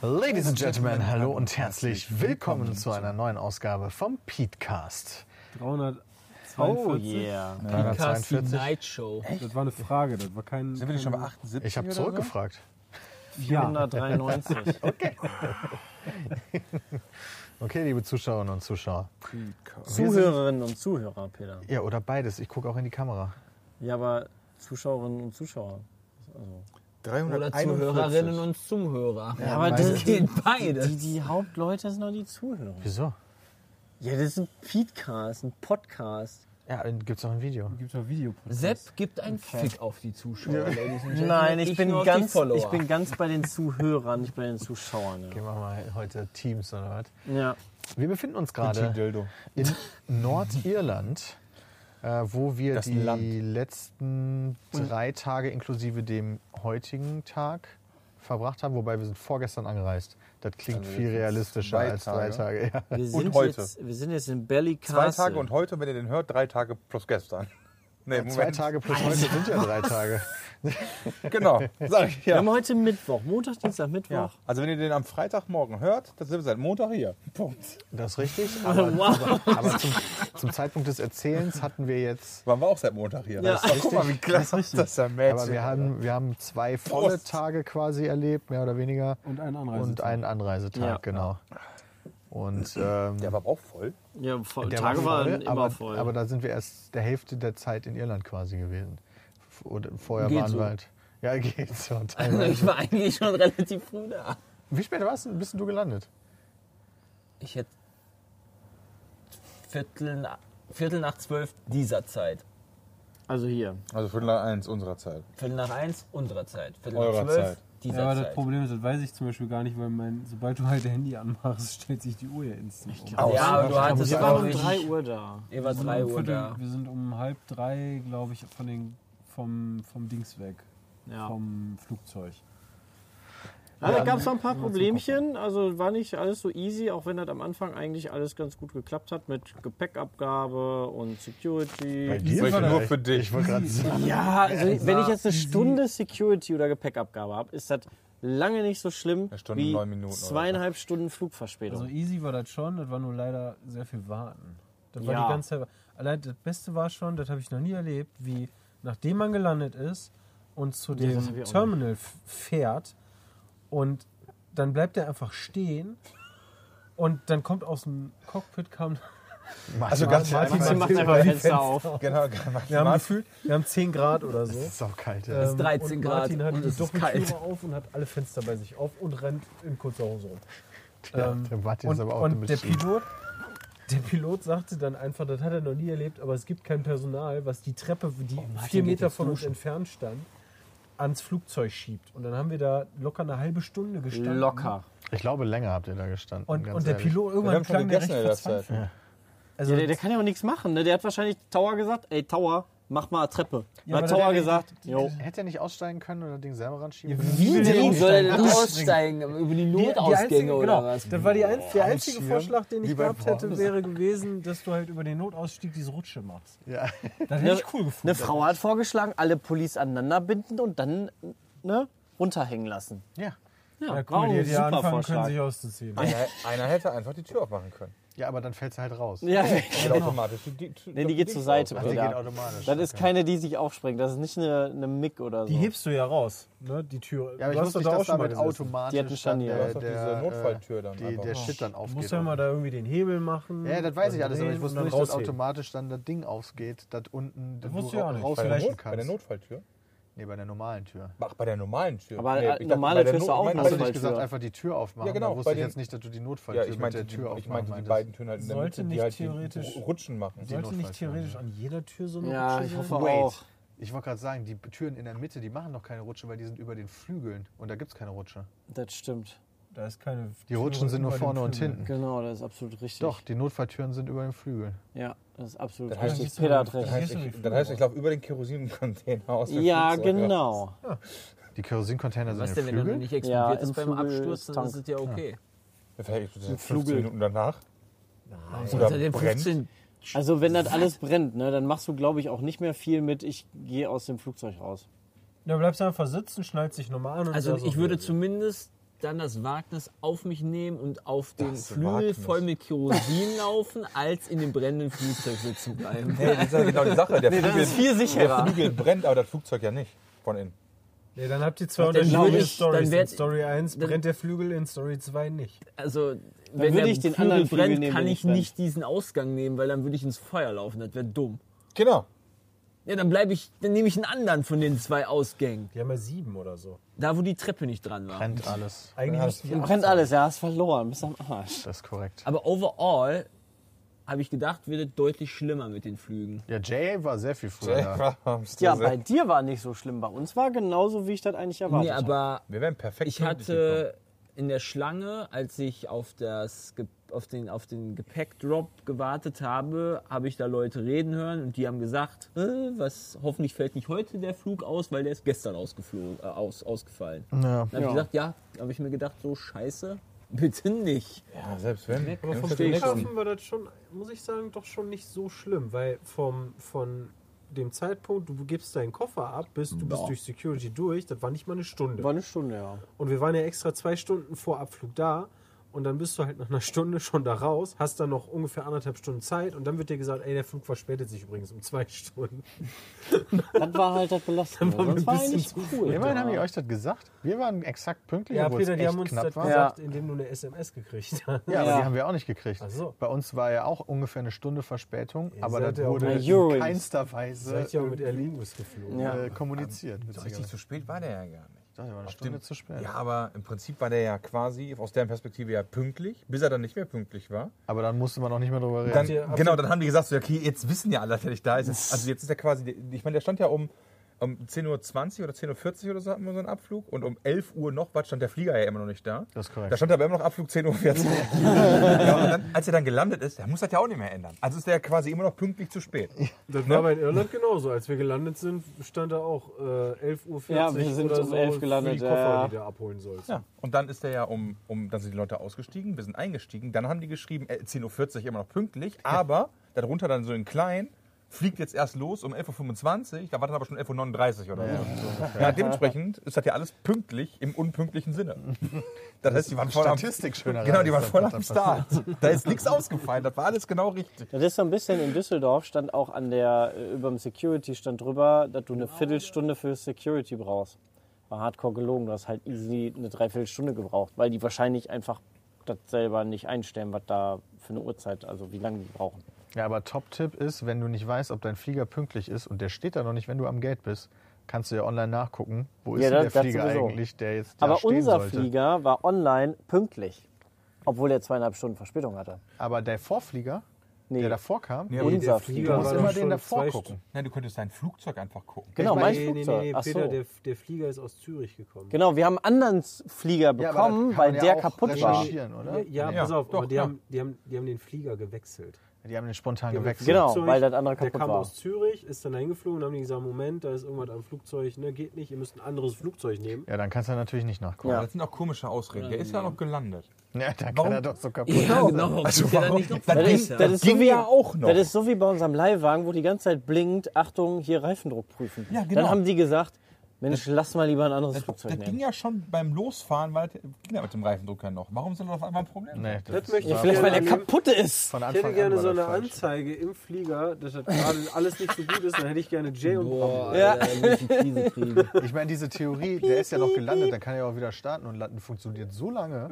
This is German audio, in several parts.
Ladies and Gentlemen, hallo und herzlich willkommen zu einer neuen Ausgabe vom Petecast. 342. Oh yeah. Podcast die 342. Night Show. Das war eine Frage, Genau, das war kein. Sind wir nicht schon bei kein- 78? Ich habe oder zurückgefragt. Ja, 193. Okay, liebe Zuschauerinnen und Zuschauer. Zuhörerinnen und Zuhörer, Peter. Ja, oder beides. Ich gucke auch in die Kamera. Ja, aber Zuschauerinnen und Zuschauer. So? Oder 341. Zuhörerinnen und Zuhörer. Ja, aber das beides. geht beides. Die, die Hauptleute sind doch die Zuhörer. Wieso? Ja, das ist ein Podcast, ein Podcast. Ja, gibt es auch ein Video. gibt es auch Videopodcast. Sepp gibt einen Fick auf die Zuschauer. Ladies and Gentlemen. Nein, ich bin nur auf die ganz- Follower. ich bin ganz bei den Zuhörern, nicht bei den Zuschauern. Gehen wir mal heute Teams oder was. Ja. Wir befinden uns Team gerade Dildo. in Nordirland, äh, wo wir Das die Land. letzten drei Tage inklusive dem heutigen Tag verbracht haben. Wobei wir sind vorgestern angereist. Das klingt viel realistischer zwei als drei Tage. Ja. Wir sind heute. Jetzt, wir sind jetzt in Bellycastle. Zwei Tage und heute, wenn ihr den hört, drei Tage plus gestern. Nee, Zwei Tage plus heute sind ja drei Tage. Genau, sag ich Wir ja. haben heute Mittwoch, Montag, Dienstag, Mittwoch. ja. Also wenn ihr den am Freitagmorgen hört, dann sind wir seit Montag hier. Punkt. Das ist richtig. Aber, aber, aber zum, zum Zeitpunkt des Erzählens hatten wir jetzt. Waren wir auch seit Montag hier. Ja. Das ist doch, guck mal, wie klasse ist das da, Mädchen. Aber wir haben, wir haben zwei volle Prost. Tage quasi erlebt, mehr oder weniger. Und einen Anreisetag. Und einen Anreisetag, Ja. genau. Und ähm, Der war aber auch voll. Ja, voll, der Tage war waren voll, immer aber, voll. aber da sind wir erst der Hälfte der Zeit in Irland quasi gewesen. F- Oder vorher Geht waren so. wir halt. Ja, geht so. teilweise. Oh, ich war eigentlich schon relativ früh da. Wie spät warst du, bist du gelandet? Ich hätte Viertel, na- Viertel nach zwölf dieser Zeit. Also hier. Also Viertel nach eins unserer Zeit. Viertel nach eins unserer Zeit. Viertel Eurer nach zwölf Zeit. dieser Ja, aber das Zeit. Problem ist, das weiß ich zum Beispiel gar nicht, weil mein, sobald du halt dein Handy anmachst, stellt sich die Uhr ja instant um. Aus. ja, aber du hattest Wir ja waren auch richtig- Uhr da. Ihr wart Wir sind drei um Uhr Viertel- da. Wir sind um halb drei, glaube ich, von den, vom, vom Dings weg. Ja. Vom Flugzeug. Also da gab es ein paar Problemchen, also war nicht alles so easy, auch wenn das am Anfang eigentlich alles ganz gut geklappt hat mit Gepäckabgabe und Security. dir vielleicht. Nur für dich. Ich wollte gerade sagen. Ja, also wenn ich jetzt eine Stunde Security oder Gepäckabgabe habe, ist das lange nicht so schlimm Eine Stunde, wie neun Minuten oder so. zweieinhalb Stunden Also Flugverspätung. easy war das schon, das war nur leider sehr viel Warten. Das war Ja. die ganze Zeit. Allein das Beste war schon, das habe ich noch nie erlebt, wie nachdem man gelandet ist und zu das hab dem ich auch Terminal f- fährt und dann bleibt er einfach stehen und dann kommt aus dem Cockpit kam. Also ganz Martin, einfach. Sie macht einfach das Fenster auf. Genau, Wir haben gefühlt, wir haben 10 Grad oder so. Das ist auch kalt. Ja. Es ist 13 und Grad Martin hat und die es ist Doppeltüre kalt. auf und hat alle Fenster bei sich auf und rennt in kurzer Hose rum. Ja, Ähm, der Martin ist und aber auch und der, damit schuld. Pilot, der Pilot sagte dann einfach, das hat er noch nie erlebt, aber es gibt kein Personal, was die Treppe, die Oh, vier Meter von uns entfernt stand, ans Flugzeug schiebt. Und dann haben wir da locker eine halbe Stunde gestanden. Locker. Ich glaube, länger habt ihr da gestanden. Und, ganz und der ehrlich. Pilot Wir haben irgendwann schon klang der recht gegessen in der Zeit. verzweifelt. Also Ja, der, der kann ja auch nichts machen, ne? Der hat wahrscheinlich Tower gesagt, ey Tower, mach mal Treppe. Ja, hat aber Tower der- gesagt, jo. Hätte er nicht aussteigen können oder Ding selber ranschieben? Wie denn soll er denn Ach, aussteigen? Über Die- die die Notausgänge einzige- oder genau, was? Das war die ein, der einzige Schirm, Vorschlag, den wie ich bei gehabt hätte, Pornos. wäre gewesen, dass du halt über den Notausstieg diese Rutsche machst. Ja. Das hätte ich cool gefunden. Eine Frau hat vorgeschlagen, alle Pullis aneinander binden und dann ne, runterhängen lassen. ja. Ja, ja, war cool, die ein hätte ja super anfangen können, Vorschlag. sich auszuziehen. Einer, einer hätte einfach die Tür aufmachen können. Ja, aber dann fällt sie halt raus. Ja, Geht automatisch. Die, die, nee, die geht zur Seite. Ach, die geht Peter. automatisch. Das ist keine, die sich aufspringt. Das ist nicht eine, eine Mick oder so. Die hebst du ja raus, ne? Die Tür. Ja, aber Du ich hast wusste doch nicht, da dass damit gesessen. automatisch Die hatten Scharnier. dann Du hast doch diese äh, Notfalltür dann die, einfach. der Oh. Shit dann Du aufgeht. musst ja mal da irgendwie den Hebel machen. ja, das weiß ich dann alles, aber ich drehen wusste und nicht, dann dass rausheben. automatisch dann das Ding aufgeht, das unten das wusste ich auch nicht. Bei der, rausflashen Not, bei der kannst. Notfalltür? nee, bei der normalen Tür. Ach, bei der normalen Tür. Aber, äh, ich dachte, normale bei der Tür ist Not- doch auch ich meine, Hast du bei nicht Notfalltür. gesagt, einfach die Tür aufmachen? Ja, genau, Da bei wusste ich den- jetzt nicht, dass du die Ja, Notfalltür ich mit meinte, der die, Tür ich aufmachen meinte die meintest. beiden Türen halt in der Sollte Mitte, die nicht halt die theoretisch- Rutschen machen. Sollte nicht Notfalltür, theoretisch an jeder Tür so eine Ja, Rutsche ich sein? hoffe Wait. auch. Ich wollte gerade sagen, die Türen in der Mitte, die machen doch keine Rutsche, weil die sind über den Flügeln und da gibt es keine Rutsche. Das stimmt. Da ist keine Die Rutschen Tür sind nur über den vorne und Flügel. hinten. Genau, das ist absolut richtig. Doch, die Notfalltüren sind über den Flügeln. Ja, das ist absolut Das heißt, richtig. ich- Peter hat Das Ja, recht. heißt, hier ist ich, irgendwie das heißt, ich laufe über den Kerosincontainer aus. dem Ja, Flugzeug. genau. Die Kerosincontainer sind Was in den denn, wenn er noch Flügeln. nicht explodiert Ja, ist im beim Flügel Absturz, ist dann Tank. ist es ja okay. Vielleicht 15 Flugel. Minuten danach. Unter Oder den brennt. 15 Also wenn das alles brennt, ne, dann machst du, glaube ich, auch nicht mehr viel mit, ich gehe aus dem Flugzeug raus. Da bleibst du einfach sitzen, schnallst dich nochmal an. Und Also sagst, ich okay, würde zumindest dann das Wagnis auf mich nehmen und auf den Flügel voll mit Kerosin laufen, als in dem brennenden Flugzeug sitzen bleiben. Nee, das ist ja genau die Sache. Der Das Flügel, ist viel der sicherer. Flügel brennt, aber das Flugzeug ja nicht. Von innen. Ja, dann habt ihr zwei unterschiedliche würde ich- Stories. dann werd- in Story 1 dann- brennt der Flügel, in Story 2 nicht. Also, wenn würde der ich den Flügel anderen Flügel brennt, nehmen, kann wenn ich ich brennt. nicht diesen Ausgang nehmen, weil dann würde ich ins Feuer laufen. Das wäre dumm. Genau. Ja, dann bleibe ich, dann nehme ich einen anderen von den zwei Ausgängen. Die haben ja sieben oder so. Da, wo die Treppe nicht dran war. Brennt alles. Eigentlich müssten die Brennt alles, ja, hast verloren, bist am Arsch. Das ist korrekt. Aber overall habe ich gedacht, wird es deutlich schlimmer mit den Flügen. Ja, J.A. war sehr viel früher da. Ja, Ja, bei dir war nicht so schlimm, bei uns war genauso, wie ich das eigentlich erwartet Nee, aber Wir wären perfekt. ich pünktlich hatte in der Schlange, als ich auf, das, Ge- auf, den, auf den Gepäckdrop gewartet habe, habe ich da Leute reden hören und die haben gesagt, äh, was, hoffentlich fällt nicht heute der Flug aus, weil der ist gestern ausgeflogen, äh, aus, ausgefallen. Ja. Dann habe ich gesagt, ja, habe ich mir gedacht, so scheiße, bitte nicht. gekommen. Ja, selbst wenn. Aber vom Verstehe ich Flughafen war das schon, muss ich sagen, doch schon nicht so schlimm, weil vom, von dem Zeitpunkt, du gibst deinen Koffer ab, bist, du bist durch Security durch, das war nicht mal eine Stunde. War eine Stunde, ja. Und wir waren ja extra zwei Stunden vor Abflug da und dann bist du halt nach einer Stunde schon da raus, hast dann noch ungefähr anderthalb Stunden Zeit und dann wird dir gesagt, ey, der Flug verspätet sich übrigens um zwei Stunden. Das war halt das Belastende. Dann waren wir ein Sonst war bisschen eigentlich zu cool. Immerhin da. habe ich euch das gesagt. Wir waren exakt pünktlich, Ja, obwohl Peter, es die echt haben uns knapp das war. gesagt, indem du eine SMS gekriegt hast. Ja, aber Ja. die haben wir auch nicht gekriegt. Ach so. Bei uns war ja auch ungefähr eine Stunde Verspätung, aber seid das ja auch wurde mal in Eurowings. keinster Weise Seid ihr auch mit Air Lingus geflogen? Ja. äh, kommuniziert. So richtig zu spät war der ja gar nicht. Das war eine Auf Stunde dem- zu spät. Ja, aber im Prinzip war der ja quasi aus deren Perspektive ja pünktlich, bis er dann nicht mehr pünktlich war. Aber dann musste man auch nicht mehr drüber reden. Dann, ihr- habt genau, dann haben die gesagt, so, okay, jetzt wissen ja alle, dass er nicht da ist. Also jetzt ist er quasi, ich meine, der stand ja um, um 10.20 Uhr oder 10.40 Uhr oder so hatten wir so einen Abflug und um 11 Uhr noch was stand der Flieger ja immer noch nicht da. Das ist Da korrekt. stand aber immer noch Abflug 10.40 Uhr. ja, und dann, als er dann gelandet ist, der muss das ja auch nicht mehr ändern. Also ist der quasi immer noch pünktlich zu spät. Das war aber in Irland genauso. Als wir gelandet sind, stand da auch äh, 11.40 Uhr Ja, wir sind oder um so 11 für gelandet, die Koffer, ja. die du abholen sollst. Ja, und dann ist der ja um, um, dann sind die Leute ausgestiegen, wir sind eingestiegen, dann haben die geschrieben, äh, 10.40 Uhr immer noch pünktlich, aber darunter dann so in klein, fliegt jetzt erst los um 11.25 Uhr, da war dann aber schon 11.39 Uhr oder so. Ja, dementsprechend ist das ja alles pünktlich im unpünktlichen Sinne. Das heißt, die waren voll am, Statistik schöner genau, die waren Reise, voll was am da passiert. Start. Da ist nichts ausgefallen, das war alles genau richtig. Das ist so ein bisschen in Düsseldorf, stand auch an der, äh, über dem Security stand drüber, dass du eine Genau. Viertelstunde für Security brauchst. War hardcore gelogen, du hast halt easy eine Dreiviertelstunde gebraucht, weil die wahrscheinlich einfach das selber nicht einstellen, was da für eine Uhrzeit, also wie lange die brauchen. Ja, aber Top-Tipp ist, wenn du nicht weißt, ob dein Flieger pünktlich ist und der steht da noch nicht, wenn du am Gate bist, kannst du ja online nachgucken, wo ist Ja, denn das- der das Flieger sowieso. eigentlich, der jetzt da Aber stehen unser sollte. Flieger war online pünktlich, obwohl er zweieinhalb Stunden Verspätung hatte. Aber der Vorflieger, Nee, der davor kam, Ja, aber unser der Flieger. Flieger muss war immer doch den schon davor zwei gucken. Ja, du könntest dein Flugzeug einfach gucken. Genau, mein Nee, nee, Flugzeug. nee, Ach Peter, so. der, der Flieger ist aus Zürich gekommen. Genau, wir haben einen anderen Flieger Ja, aber das bekommen, kann weil man ja der auch kaputt war. recherchieren, Oder? Ja, ja, Ja, pass auf, doch, aber die, klar. haben, die, haben, die haben den Flieger gewechselt. Die haben den spontan Die haben gewechselt. Genau, Flugzeug, weil das andere Der kaputt kam war. aus Zürich, ist dann eingeflogen und haben die gesagt, Moment, da ist irgendwas am Flugzeug, ne, geht nicht, ihr müsst ein anderes Flugzeug nehmen. Ja, dann kannst du natürlich nicht nachgucken. Ja. Das sind auch komische Ausreden, der ist ja noch gelandet. Ja, dann Warum? kann er doch so kaputt Ja, sein. genau. warum Also ist der dann warum? nicht noch Das Das Ging- ist, das, besser? das ist ging so wie, ja auch noch. Das ist so wie bei unserem Leihwagen, wo die ganze Zeit blinkt, Achtung, hier Reifendruck prüfen. Ja, genau. Dann haben die gesagt, Mensch, lass mal lieber ein anderes Das, Flugzeug das ging nehmen. ja schon beim Losfahren, weil das ging ja mit dem Reifendrucker noch. Warum soll das auf einmal ein Problem sein? Nee, Das möchte Ja, ich vielleicht, gerne weil er erleben. kaputt ist. Von Ich hätte Anfang gerne an so war eine das falsch. Anzeige im Flieger, dass das gerade alles nicht so gut ist, dann hätte ich gerne Jay und Bob. Boah, ja. Alter, ich die Krise kriegen. Ich meine, diese Theorie, der ist ja noch gelandet, dann kann er auch wieder starten und landen, funktioniert so lange.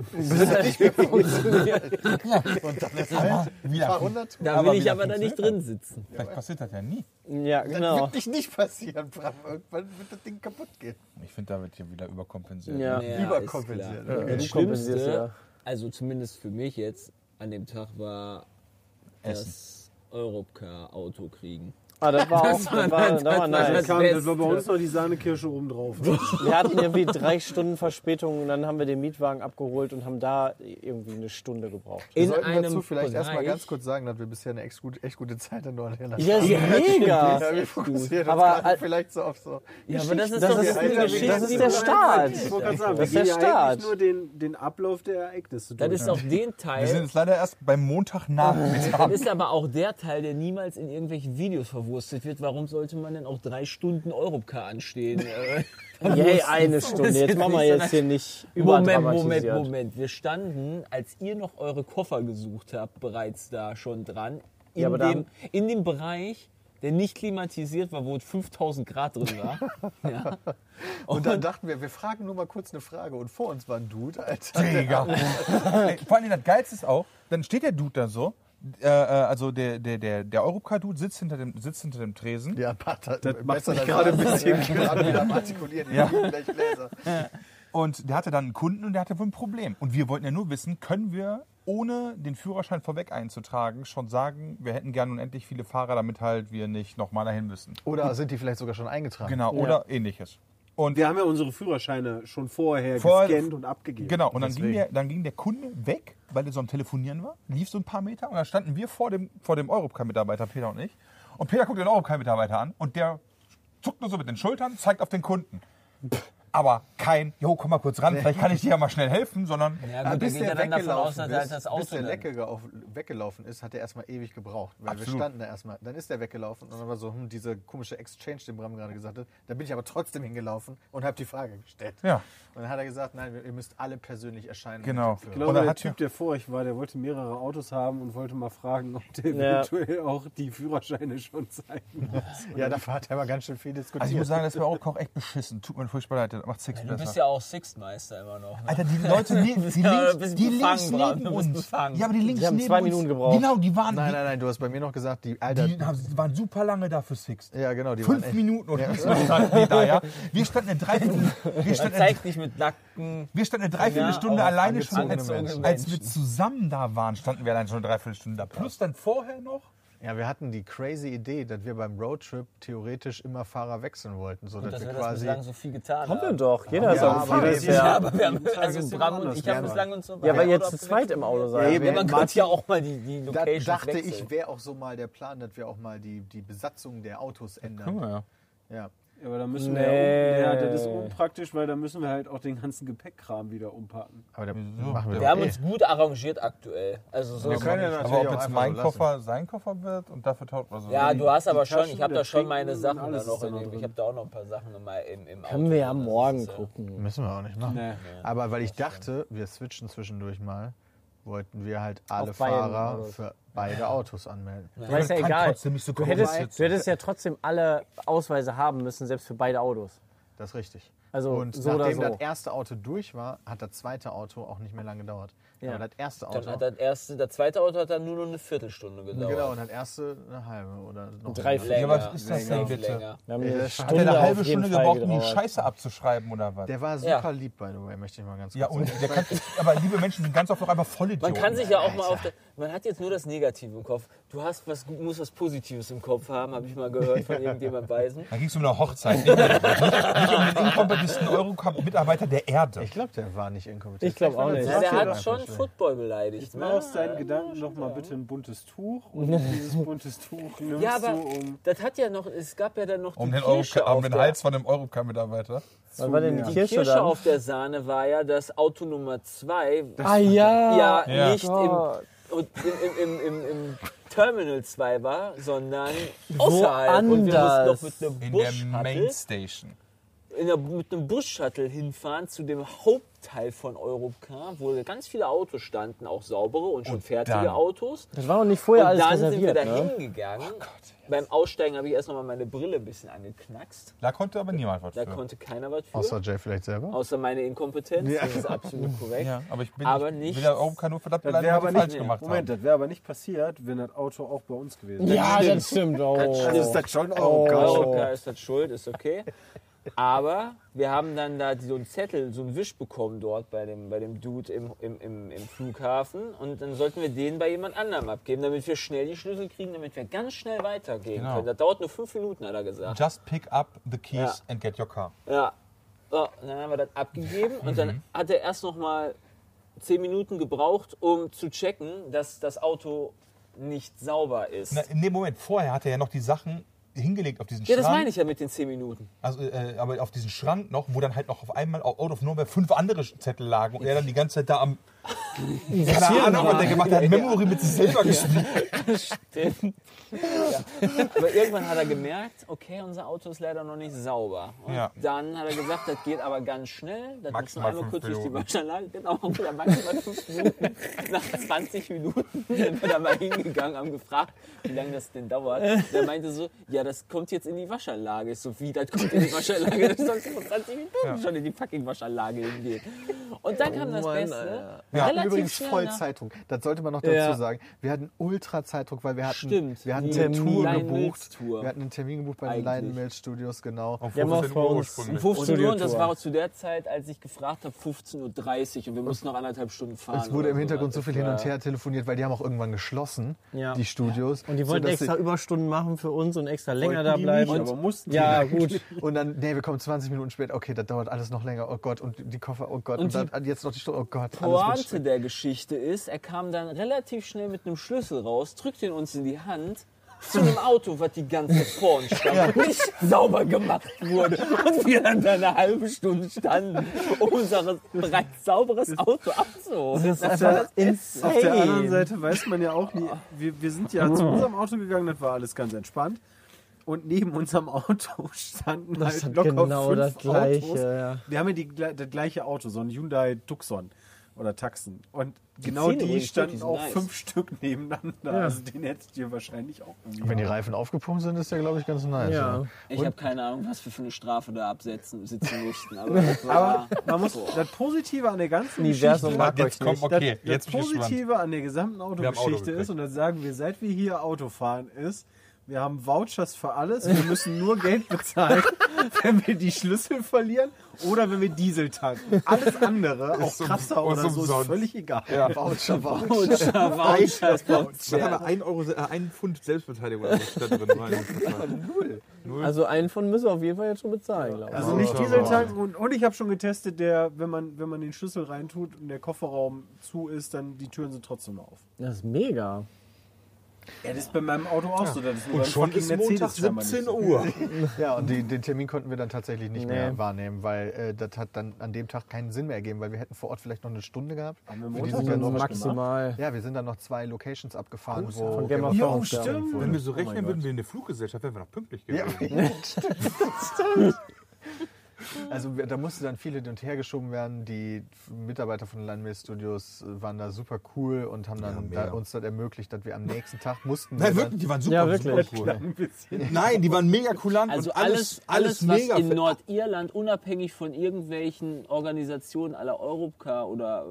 Und dann ist halt Wieder- ein paar hundert. Da Aber will ich wieder aber da nicht drin sitzen. Vielleicht passiert das ja nie. Ja, Das genau. wird dich nicht passieren, Bram. Irgendwann wird das Ding kaputt gehen. Ich finde, da wird hier wieder überkompensiert. ne? Ja. Ja, Überkompensiert. ist klar. Ja, Das du kompensierst, Schlimmste, ja. also zumindest für mich jetzt, an dem Tag war das Europcar-Auto kriegen. Ah, das war auch das war, das war Das, nice. kam, das war bei Beste. uns noch die Sahnekirsche oben drauf. Wir hatten irgendwie drei Stunden Verspätung und dann haben wir den Mietwagen abgeholt und haben da irgendwie eine Stunde gebraucht. Wir In sollten einem dazu vielleicht erstmal Bereich- ganz kurz sagen, dass wir bisher eine echt, gut, echt gute Zeit in Nordirland hatten. Ja, ist mega. Ja, wir fokussieren Aber, uns gerade äh, vielleicht so auf so. Ja, aber das ist Das doch ist jetzt eine eine Geschichte. Das ist Geschichte, der die- Start. Ich wollte gerade sagen, Das ist wir der gehen ja Start. eigentlich nur den, den Ablauf der Ereignisse Das durch. ist auch den Wir sind Teil, jetzt leider erst beim Montagnachmittag. das ist aber auch der Teil, der niemals in irgendwelchen Videos verwurstet wird. Warum sollte man denn auch drei Stunden Europcar anstehen? Äh, Yay, eine Stunde. Jetzt machen wir jetzt hier nicht Moment, Moment, überdramatisiert. Moment. Wir standen, als ihr noch eure Koffer gesucht habt, bereits da schon dran. In, Ja, aber da dem, in dem Bereich, der nicht klimatisiert war, wo es 5000 Grad drin war. ja. Und dann dachten wir, wir fragen nur mal kurz eine Frage. Und vor uns war ein Dude, Alter. Digga. Ey, Vor allem das Geilste ist auch, dann steht der Dude da so, äh, äh, also der, der, der, der Europcar-Dude sitzt hinter dem, sitzt hinter dem Tresen. Ja, Bart hat Das macht besser mich als gerade ein bisschen gerade wieder am Artikulieren. Ja. Gleich Gläser. Und der hatte dann einen Kunden und der hatte wohl ein Problem. Und wir wollten ja nur wissen, können wir ohne den Führerschein vorweg einzutragen schon sagen, wir hätten gern unendlich viele Fahrer, damit halt wir nicht nochmal dahin müssen. Oder sind die vielleicht sogar schon eingetragen? Genau, oder ähnliches. Und Wir haben ja unsere Führerscheine schon vorher Vorher- gescannt und abgegeben. Genau, und dann ging, Deswegen. der, dann ging der Kunde weg, weil er so am Telefonieren war, lief so ein paar Meter und dann standen wir vor dem, vor dem Europcar-Mitarbeiter, Peter und ich. Und Peter guckt den Europcar-Mitarbeiter an und der zuckt nur so mit den Schultern, zeigt auf den Kunden. Aber kein, jo, komm mal kurz ran, vielleicht kann ich dir ja mal schnell helfen, sondern Ja, gut, da geht er Also dann davon aus, dass er halt das Auto bis der dann- Leckere auf, weggelaufen ist, hat er erstmal ewig gebraucht. Weil wir Absolut. standen da erstmal. Dann ist er weggelaufen und dann war so hm, dieser komische Exchange, den Bram gerade gesagt hat. Dann bin ich aber trotzdem hingelaufen und habe die Frage gestellt. Ja. Und dann hat er gesagt, nein, wir- ihr müsst alle persönlich erscheinen. Mit Genau. dem Ich Führer. glaube, Oder der hat Typ, der vor euch war, der wollte mehrere Autos haben und wollte mal fragen, ob der Ja. eventuell auch die Führerscheine schon zeigen muss. Ja, dafür hat er aber ganz schön viel diskutiert. Also ich muss sagen, das ist mir auch Koch echt beschissen. Tut mir furchtbar leid, das macht Six Du besser. bist ja auch Sixtmeister immer noch. Ne? Alter, die Leute, ne- die, Ja, du links, bist die befangen, links Bram, neben du bist uns. befangen. Ja, aber die links haben neben zwei uns. Minuten gebraucht. Genau, die waren, nein, nein, nein, du hast bei mir noch gesagt, die Alter. Die, haben- waren super lange da für Six. ja, genau, die waren Fünf echt- Minuten oder so standen die da, ja. Wir standen eine Dreiviertelstunde, wir Man standen eine, zeigt dich mit nackten. wir standen eine Dreiviertelstunde Ja, auch alleine schon, als, angezogene Menschen. als wir zusammen da waren, standen wir allein schon eine Dreiviertelstunde da. Plus dann vorher noch. Ja, wir hatten die crazy Idee, dass wir beim Roadtrip theoretisch immer Fahrer wechseln wollten, so dass dass wir wir das quasi bislang so viel getan Haben wir haben. doch. Jeder ist Ja, auf aber jedes das ist Ja, Jahr. aber wir haben, Tag ist also jemand Bram und anders ich haben gerne. bislang und so. Ja, aber jetzt zu zweit im Auto Ja, sein. eben. Ja, man könnte ja auch mal die, Da die Location dachte wechseln. ich, wäre auch so mal der Plan, dass wir auch mal die, die Besatzung der Autos ändern. Ja. Ja. Ja, aber da müssen Nee. wir ja, um, ja, das ist unpraktisch, weil da müssen wir halt auch den ganzen Gepäckkram wieder umpacken. Aber da machen wir, Wir haben doch eh. uns gut arrangiert aktuell. Also so Wir ist- können ja natürlich Aber ob auch jetzt einfach mein so lassen. Koffer sein Koffer wird und dafür taucht man so. ja, du hast aber die schon, Taschen, ich habe da der schon meine Trinken, Sachen da alles noch ist da in noch dem. Ich drin. habe da auch noch ein paar Sachen noch mal im, im Auto. Können wir ja drin. Das morgen ist, äh, gucken. Müssen wir auch nicht machen. Nee. Aber weil ich dachte, wir switchen zwischendurch mal, wollten wir halt alle Auf beiden Fahrer Autos. für beide Autos anmelden. Aber ist ja kann egal. trotzdem nicht so du, kompliziert hättest, du sein. hättest ja trotzdem alle Ausweise haben müssen, selbst für beide Autos. Das ist richtig. Also, und so oder nachdem so. das erste Auto durch war, hat das zweite Auto auch nicht mehr lange gedauert. Ja. Aber das erste Dann Auto. hat das erste, das zweite Auto hat dann nur noch eine Viertelstunde gedauert. Genau, und das erste eine halbe oder noch Drei länger. Länger, Genau. Ja, aber was ist das länger, denn bitte? länger. Wir haben Ey, eine das hat Hat er Stunde eine auf halbe jeden Stunde Fall gebraucht, um die gedauert. Scheiße abzuschreiben oder was? Der war super Ja. lieb, by the way, möchte ich mal ganz kurz Ja, und der kann, aber liebe Menschen sind ganz oft auch einfach Vollidioten. Man kann sich ja auch mal Alter. auf der, Man hat jetzt nur das Negative im Kopf. Du hast was, du musst was Positives im Kopf haben, habe ich mal gehört von irgendjemand Weisen. Da ging es um eine Hochzeit. Nicht, nicht um den inkompetesten Eurocup-Mitarbeiter der Erde. Ich glaube, der war nicht inkompetent. Ich glaub auch nicht. Ja, der Das hat schon Football beleidigt. ne? Mach aus deinen Gedanken noch mal bitte ein buntes Tuch und dieses buntes Tuch nimmst Ja, du aber um. das hat ja noch, es gab ja dann noch die um den, Kirsche Eurocup- um auf den der- Hals von einem Eurocup-Mitarbeiter. Was war denn die Die Die Kirsche, Kirsche dann? auf der Sahne war ja, dass Auto Nummer 2 ah ja. Oh. ja, Ja. nicht Gott. im, und im, im, im, im, im Terminal 2 war, sondern außerhalb. Woanders. Und wir mussten noch mit einem In der Bush-Shuttle Mainstation. in der- mit einem Bus-Shuttle hinfahren zu dem Hauptteil von Europcar, wo ganz viele Autos standen, auch saubere und schon fertige dann- Autos. Das war noch nicht vorher und alles dann sind wir reserviert, da ne? hingegangen. Beim Aussteigen habe ich erst noch mal meine Brille ein bisschen angeknackst. Da konnte aber niemand was Da für. konnte keiner was für. Außer Jay vielleicht selber. Außer meine Inkompetenz, das ist absolut korrekt. Ja, aber ich bin Aber ich nicht- will der Eurocup nur verdammt Das beleidigt, wäre was aber sie falsch nicht, gemacht Moment, haben. das wäre aber nicht passiert, wenn das Auto auch bei uns gewesen wäre. Ja, das stimmt. Oh. das schon Europcar ist das schuld, ist okay. Aber wir haben dann da so einen Zettel, so einen Wisch bekommen dort bei dem, bei dem Dude im, im, im, im Flughafen. Und dann sollten wir den bei jemand anderem abgeben, damit wir schnell die Schlüssel kriegen, damit wir ganz schnell weitergehen Genau. können. Das dauert nur fünf Minuten, hat er gesagt. Just pick up the keys Ja. and get your car. Ja. So, dann haben wir das abgegeben und dann hat er erst noch mal zehn Minuten gebraucht, um zu checken, dass das Auto nicht sauber ist. Na, in dem Moment vorher hat er ja noch die Sachen hingelegt auf diesen ja, Schrank. das meine ich ja mit den zehn Minuten. Also, äh, aber auf diesen Schrank noch, wo dann halt noch auf einmal out of nowhere fünf andere Zettel lagen und er dann die ganze Zeit da am Keine Ahnung, was der gemacht hat. Memory mit sich selber gespielt. Stimmt. ja. Aber irgendwann hat er gemerkt, okay, unser Auto ist leider noch nicht sauber. Und Ja. dann hat er gesagt, das geht aber ganz schnell. Das muss nur Maximal einmal fünf kurz durch die Minuten. Waschanlage. Genau, wieder maximal fünf Minuten. Nach 20 Minuten sind wir da mal hingegangen, haben gefragt, wie lange das denn dauert. Der meinte so, ja, das kommt jetzt in die Waschanlage. Ich So wie, das kommt in die Waschanlage. Das soll vor 20 Minuten schon in die fucking Waschanlage hingehen. Und dann kam das Oh Mann, Beste. Alter. Wir hatten relativ übrigens schnell voll nach- Zeitdruck. Das sollte man noch dazu ne? Ja. sagen. Wir hatten ultra Zeitdruck, weil wir hatten, Stimmt. wir hatten Die eine Tour Lion Mills gebucht. Tour. Wir hatten einen Termin gebucht bei den Eigentlich. Lion Mills Studios, genau. Wir haben auch bei uns ein ursprünglich. 15 Und, Uhr und das Tour. war auch zu der Zeit, als ich gefragt habe, 15.30 Uhr und wir mussten noch anderthalb Stunden fahren. Es wurde oder ne? im Hintergrund so sowas. viel hin und her telefoniert, weil die haben auch irgendwann geschlossen, Ja. die Studios. Und die wollten sodass extra Überstunden machen für uns und extra länger Wollten da die bleiben. Nicht, aber mussten ja, die eigentlich. gut. Und dann, nee, wir kommen 20 Minuten spät. Okay, das dauert alles noch länger. Oh Gott, und die Koffer, oh Gott. Und, Und dann jetzt noch die Stunde, oh Gott. Alles Pointe wird der Geschichte ist, er kam dann relativ schnell mit einem Schlüssel raus, drückt ihn uns in die Hand zu einem Auto, was die ganze vorn stand, nicht sauber gemacht wurde. Und wir dann da eine halbe Stunde standen, um unser bereits sauberes Auto abzuholen. Das ist einfach Auf der anderen insane. Seite weiß man ja auch nie, wir, wir sind ja zu unserem Auto gegangen, das war alles ganz entspannt. Und neben unserem Auto standen Das halt hat locker genau fünf das Gleiche, Autos. ja. Wir haben ja die, gle- das gleiche Auto, so ein Hyundai Tucson oder Taxen. Und genau ziehen die übrigens standen wirklich auch nice. fünf Stück nebeneinander. Also den hättet ihr wahrscheinlich auch irgendwie. Wenn die Reifen aufgepumpt sind, ist ja, glaube ich, ganz nice. Ja. oder? Ich habe keine Ahnung, was wir für eine Strafe da absetzen sitzen möchten, aber das war Aber Ah, man muss das Positive an der ganzen Universum Geschichte. mag euch Jetzt kommt, nicht. okay, das, jetzt das bin ich gespannt. Positive an der gesamten haben Auto Autogeschichte gekriegt. ist, und das sagen wir, seit wir hier Auto fahren, ist, wir haben Vouchers für alles, wir müssen nur Geld bezahlen, wenn wir die Schlüssel verlieren oder wenn wir Diesel tanken. Alles andere, auch Ist um- Krasser ist oder so, ist umsonst. völlig egal. Voucher, Voucher. Dann haben wir 1 Euro, äh, ein Pfund Selbstverteidigung oder so statt drin. Null. Null. Also einen von müssen wir auf jeden Fall jetzt schon bezahlen, glaube ich. Also nicht Diesel tanken und, und ich habe schon getestet, der, wenn man, wenn man den Schlüssel reintut und der Kofferraum zu ist, dann die Türen sind trotzdem noch auf. Das ist mega. Ja, das ist bei meinem Auto auch so. Das ist nur beim Schon fucking ist Mercedes Montag scheinbar nicht 17 so. Uhr. Ja, und die, den Termin konnten wir dann tatsächlich nicht Nee. mehr wahrnehmen, weil äh, das hat dann an dem Tag keinen Sinn mehr ergeben, weil wir hätten vor Ort vielleicht noch eine Stunde gehabt. Haben wir Für Montag die sind ja dann noch- was Also maximal. Ja, wir sind dann noch zwei Locations abgefahren, wo Oh, Von Game of Ja, Thrones. ja. Wenn wir so mein rechnen, würden Gott. wir in der Fluggesellschaft, wären wir noch pünktlich Ja, gewesen. Also wir- da musste dann viel hin und her geschoben werden. Die Mitarbeiter von Landmehl Studios äh, waren da super cool und haben dann mega. da, uns das ermöglicht, dass wir am nächsten Tag mussten. wir Nein, wirklich, die waren super, Ja, wirklich. super cool. Nein, die waren mega kulant Also und alles, alles, was mega in fit. Nordirland unabhängig von irgendwelchen Organisationen aller Europcar oder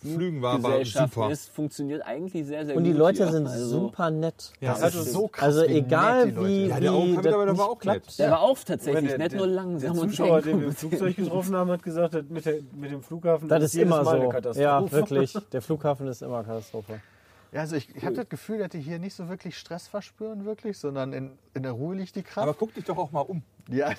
Flügen war- war Fluggesellschaften super. ist, funktioniert eigentlich sehr, sehr Und gut. die Leute hier. sind Also, super nett. Ja, Das ist so krass. Also wie nett die egal Leute wie, sind. Ja, der wie Augenkommentator, der das war auch klappt. nett. Der war auf Oder tatsächlich, nicht nur langsam der und Zuschauer, den wir im denken. Flugzeug getroffen haben, hat gesagt, das mit, der, mit dem Flughafen Das ist jedes immer Mal eine so. Katastrophe. Ja, wirklich. Der Flughafen ist immer Katastrophe. Ja, also ich, ich habe das Gefühl, dass die hier nicht so wirklich Stress verspüren, wirklich, sondern in, in der Ruhe liegt die Kraft. Aber guck dich doch auch mal um. ja,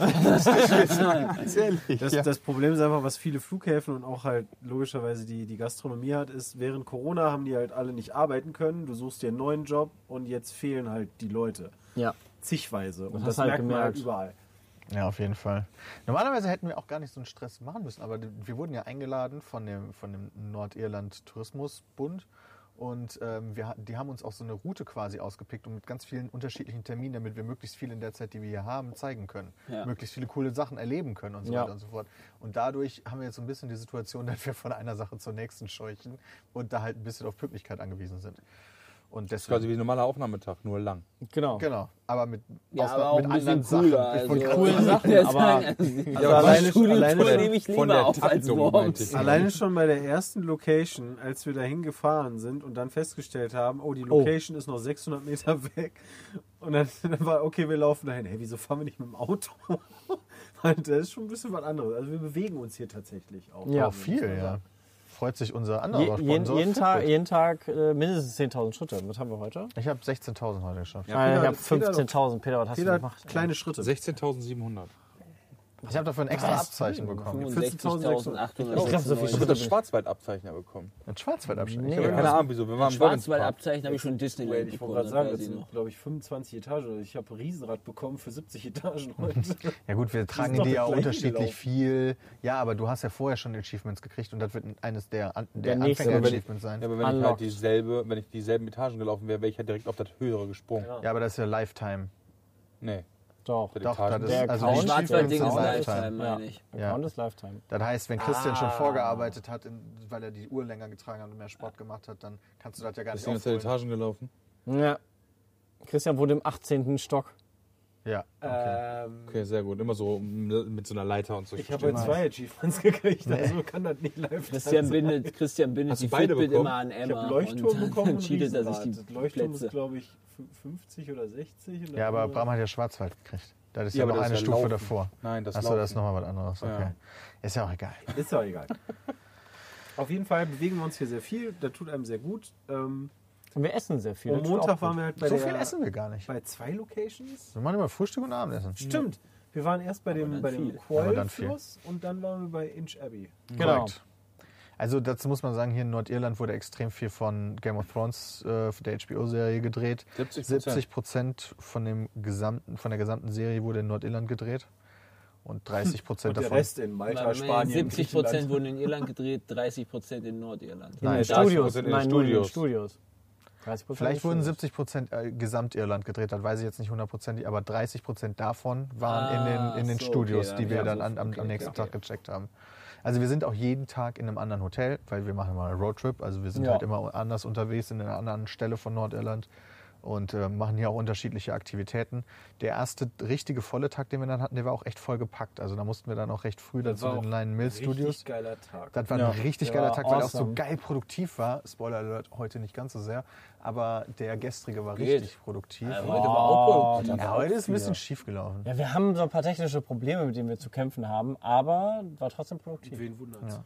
Das, das Problem ist einfach, was viele Flughäfen und auch halt logischerweise die, die Gastronomie hat, ist, während Corona haben die halt alle nicht arbeiten können. Du suchst dir einen neuen Job und jetzt fehlen halt die Leute. Ja. Zigweise. Und das, hast halt merkt man halt gemerkt. überall. ja, auf jeden Fall. Normalerweise hätten wir auch gar nicht so einen Stress machen müssen, aber die- wir wurden ja eingeladen von dem, von dem Nordirland Tourismusbund. Und ähm, wir, ha- die haben uns auch so eine Route quasi ausgepickt und mit ganz vielen unterschiedlichen Terminen, damit wir möglichst viel in der Zeit, die wir hier haben, zeigen können. Ja. Möglichst viele coole Sachen erleben können und so Ja. weiter und so fort. Und dadurch haben wir jetzt so ein bisschen die Situation, dass wir von einer Sache zur nächsten scheuchen und da halt ein bisschen auf Pünktlichkeit angewiesen sind. Und Das ist deswegen quasi wie ein normaler Aufnahmetag, nur lang. Genau. Genau, aber mit, Ja, Ausna- aber auch mit ein bisschen anderen cooler. Sachen. Ich wollte also, gerade ich sagen, würde jetzt sagen, also, aber alleine- alleine Studientour schon nehme ich von lieber der auf als Taktung, meinte morgens. ich. Alleine schon bei der ersten Location, als wir dahin gefahren sind und dann festgestellt haben, oh, die Location ist noch 600 Meter weg. Und dann, dann war, okay, wir laufen dahin. Hey, wieso fahren wir nicht mit dem Auto? Weil das ist schon ein bisschen was anderes. Also wir bewegen uns hier tatsächlich auch. Ja. auch viel, ja. Freut sich unser anderer Je, jeden, Sponsor. jeden Tag, Fitbit. jeden Tag äh, mindestens 10.000 Schritte. Was haben wir heute? Ich habe 16.000 heute geschafft. Nein, ich Peter, habe das geht ja noch. 15.000. Peter, was hast du Jeder gemacht? kleine Schritte. 16.700. Ich habe dafür ein extra Abzeichen bekommen. 65.800. Ich habe dachte, so viel ich habe das Schwarzwaldabzeichen bekommen. Ein Schwarzwaldabzeichen. Ich habe keine Ahnung, wieso. Wenn man im Waldenspark- Schwarzwaldabzeichen habe ich schon Disneyland Ich wollte gerade sagen, das bekommen. sind, glaube ich, 25 Etagen. Also Ich habe Riesenrad bekommen für 70 Etagen heute. Ja gut, wir tragen doch die ja gleich unterschiedlich hingelaufen. viel. Ja, der du hast ja vorher schon Achievements gekriegt und das wird eines der, An- der nächste, Anfänger-Achievements sein. Ja, Ja, aber wenn ich halt Unlocked. dieselbe, wenn ich dieselben Etagen gelaufen wäre, wäre ich ja direkt auf das höhere gesprungen. Ja. aber das ist ja Lifetime. Nee. Doch. Auf der Doch, das Etage. ist, Der also Count- die Die Schwarzwaldding Achievements ist sind Lifetime, meine ich. Ja. Und das Lifetime. Das heißt, wenn Christian schon vorgearbeitet hat, in, weil er die Uhr länger getragen hat und mehr Sport gemacht hat, dann kannst du das ja gar nicht Deswegen ist er aufholen. Etagen gelaufen. Ja. Christian wurde im 18. Stock. Ja, okay. Ähm, Okay, sehr gut. Immer so mit so einer Leiter und so. ich habe heute zwei Achievements gekriegt, also kann das nicht live Christian bindet, Christian bindet Hast die du beide Fitbit bekommen? immer an Emma. Ich habe Leuchtturm und dann bekommen und cheatet er sich Riesenrad. die Das Leuchtturm Plätze. ist, glaube ich, fü- 50 oder 60. oder ja, aber so. Bram hat ja Schwarzwald gekriegt. Das ist Äh. ja, Ja, aber noch das ist eine ja Stufe Laufen. davor. Nein, das Achso, das Laufen. ist nochmal was anderes. Okay. Ja. Ist ja auch egal. Ist doch egal. Auf jeden Fall bewegen wir uns hier sehr viel. Das tut einem sehr gut. Ähm, Und wir essen sehr viel. am Das tut auch Montag gut. waren wir halt bei so der, viel essen wir gar nicht. bei zwei Locations. Wir machen immer Frühstück und Abendessen. Stimmt. Wir waren erst bei dem, dann bei dem viel. Aber dann viel. Quoll-Fluss und dann waren wir bei Inch Abbey. Genau. Korrekt. Also dazu muss man sagen, hier in Nordirland wurde extrem viel von Game of Thrones, äh, von der HBO-Serie gedreht. 70%. 70 Prozent von, dem gesamten, von der gesamten Serie wurde in Nordirland gedreht. Und 30 Prozent Und der davon. Rest in Malta, Warte mal, Spanien, 70 Prozent Griechenland. wurden in Irland gedreht, 30 Prozent in Nordirland. In den Nein, Studios. 30% in den Nein, nur in den Studios. Studios. 30% Vielleicht in wurden den 70 Prozent äh, Gesamtirland gedreht, das weiß ich jetzt nicht hundertprozentig, aber 30 Prozent davon waren in den, in den Ah, so, okay, Studios, dann die wir ja, dann so, an, am, okay, am nächsten okay. Tag gecheckt haben. Also wir sind auch jeden Tag in einem anderen Hotel, weil wir machen mal einen Roadtrip, also wir sind Ja. halt immer anders unterwegs in einer anderen Stelle von Nordirland und äh, machen hier auch unterschiedliche Aktivitäten. Der erste richtige volle Tag, den wir dann hatten, der war auch echt vollgepackt. Also da mussten wir dann auch recht früh dann zu war den auch Lion Mill Studios. Richtig geiler Tag. Das war ein richtig der geiler war Tag, weil er auch so awesome. geil produktiv war. Spoiler Alert, heute nicht ganz so sehr. Aber der gestrige war Geht. richtig produktiv. genau. Ja, Äh, Heute war auch produktiv. ja, heute ist ein bisschen schief gelaufen. Ja, wir haben so ein paar technische Probleme, mit denen wir zu kämpfen haben, aber war trotzdem produktiv. Wen wundert's?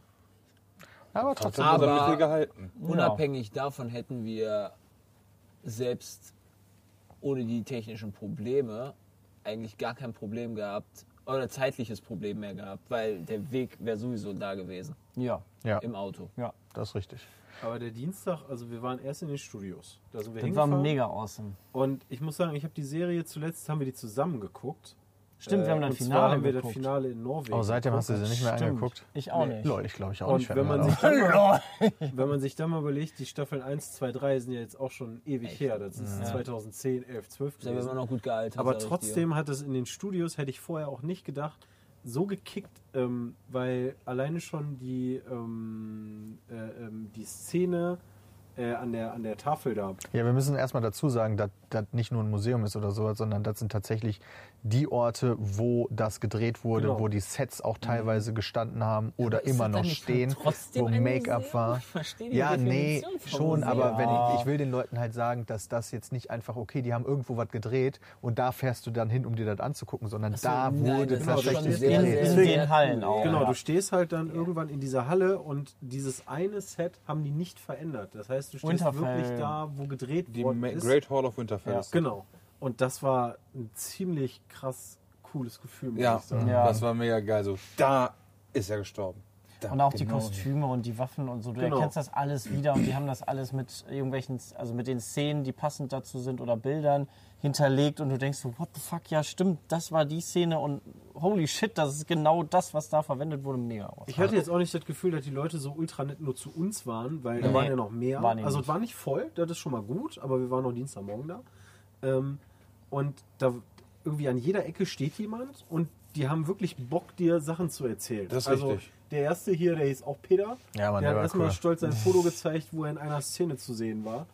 Aber trotzdem. Aber- Aber Mittel gehalten. genau. Unabhängig davon hätten wir selbst ohne die technischen Probleme eigentlich gar kein Problem gehabt oder zeitliches Problem mehr gehabt, weil der Weg wäre sowieso da gewesen Ja. Ja, im Auto. das ist richtig. Aber der Dienstag, also wir waren erst in den Studios. Da sind wir Das war hingefahren. mega awesome. Und ich muss sagen, ich habe die Serie zuletzt, haben wir die zusammen geguckt. Stimmt, wir haben das Äh, und zwar Finale haben wir das geguckt. Finale in Norwegen. Aber Oh, seitdem hast du sie geguckt. nicht mehr Stimmt. angeguckt. Ich auch nicht. Lol, ich glaube ich auch nicht. Und wenn man, mal sich drauf. dann mal, wenn man sich dann mal überlegt, die Staffeln 1, 2, 3 sind ja jetzt auch schon ewig her. Das ist 2010, 11, 12 Da wäre gewesen. man noch gut gealtert. Aber sag ich dir. trotzdem hat es in den Studios, hätte ich vorher auch nicht gedacht, so gekickt, ähm, weil alleine schon die, ähm, äh, ähm, die Szene äh, an, der, an der Tafel da. ja, wir müssen erstmal dazu sagen, dass das nicht nur ein Museum ist oder sowas, sondern das sind tatsächlich die Orte, wo das gedreht wurde, Genau. wo die Sets auch teilweise gestanden haben oder Mhm. Aber ist immer das dann noch nicht stehen, trotzdem wo ein Make-up Museum? war. Ich verstehe die Ja, nee, Definition vom schon, Museum. aber wenn ich, ich will den Leuten halt sagen, dass das jetzt nicht einfach, okay, die haben irgendwo was gedreht und da fährst du dann hin, um dir das anzugucken, sondern Achso, da nein, wurde das ist schon tatsächlich sehr, gedreht. sehr, In sehr den Hallen cool. auch. Genau, ja. du stehst halt dann irgendwann in dieser Halle und dieses eine Set haben die nicht verändert. Das heißt, du stehst Winterfell. wirklich da, wo gedreht Die worden Ma- ist. Great Hall of Winterfell. Ja. ist- Genau. Und das war ein ziemlich krass cooles Gefühl, muss Ja, ich sagen. Ja. das war mega geil. So, da ist er gestorben. Da, Und auch die genau. Kostüme und die Waffen und so. Du Genau. erkennst das alles wieder und die haben das alles mit irgendwelchen, also mit den Szenen, die passend dazu sind oder Bildern hinterlegt und du denkst so, what the fuck, ja stimmt, das war die Szene und holy shit, das ist genau das, was da verwendet wurde, mega aus. Ich hatte jetzt auch nicht das Gefühl, dass die Leute so ultra nett nur zu uns waren, weil da Nee. waren ja noch mehr. Waren die also es nicht. war nicht voll, das ist schon mal gut, aber wir waren noch Dienstagmorgen da. Ähm, und da irgendwie an jeder Ecke steht jemand und die haben wirklich Bock, dir Sachen zu erzählen. Das ist also richtig. der erste hier, der hieß auch Peter. Ja, Mann, der der hat war erstmal cool. stolz sein Foto gezeigt, wo er in einer Szene zu sehen war.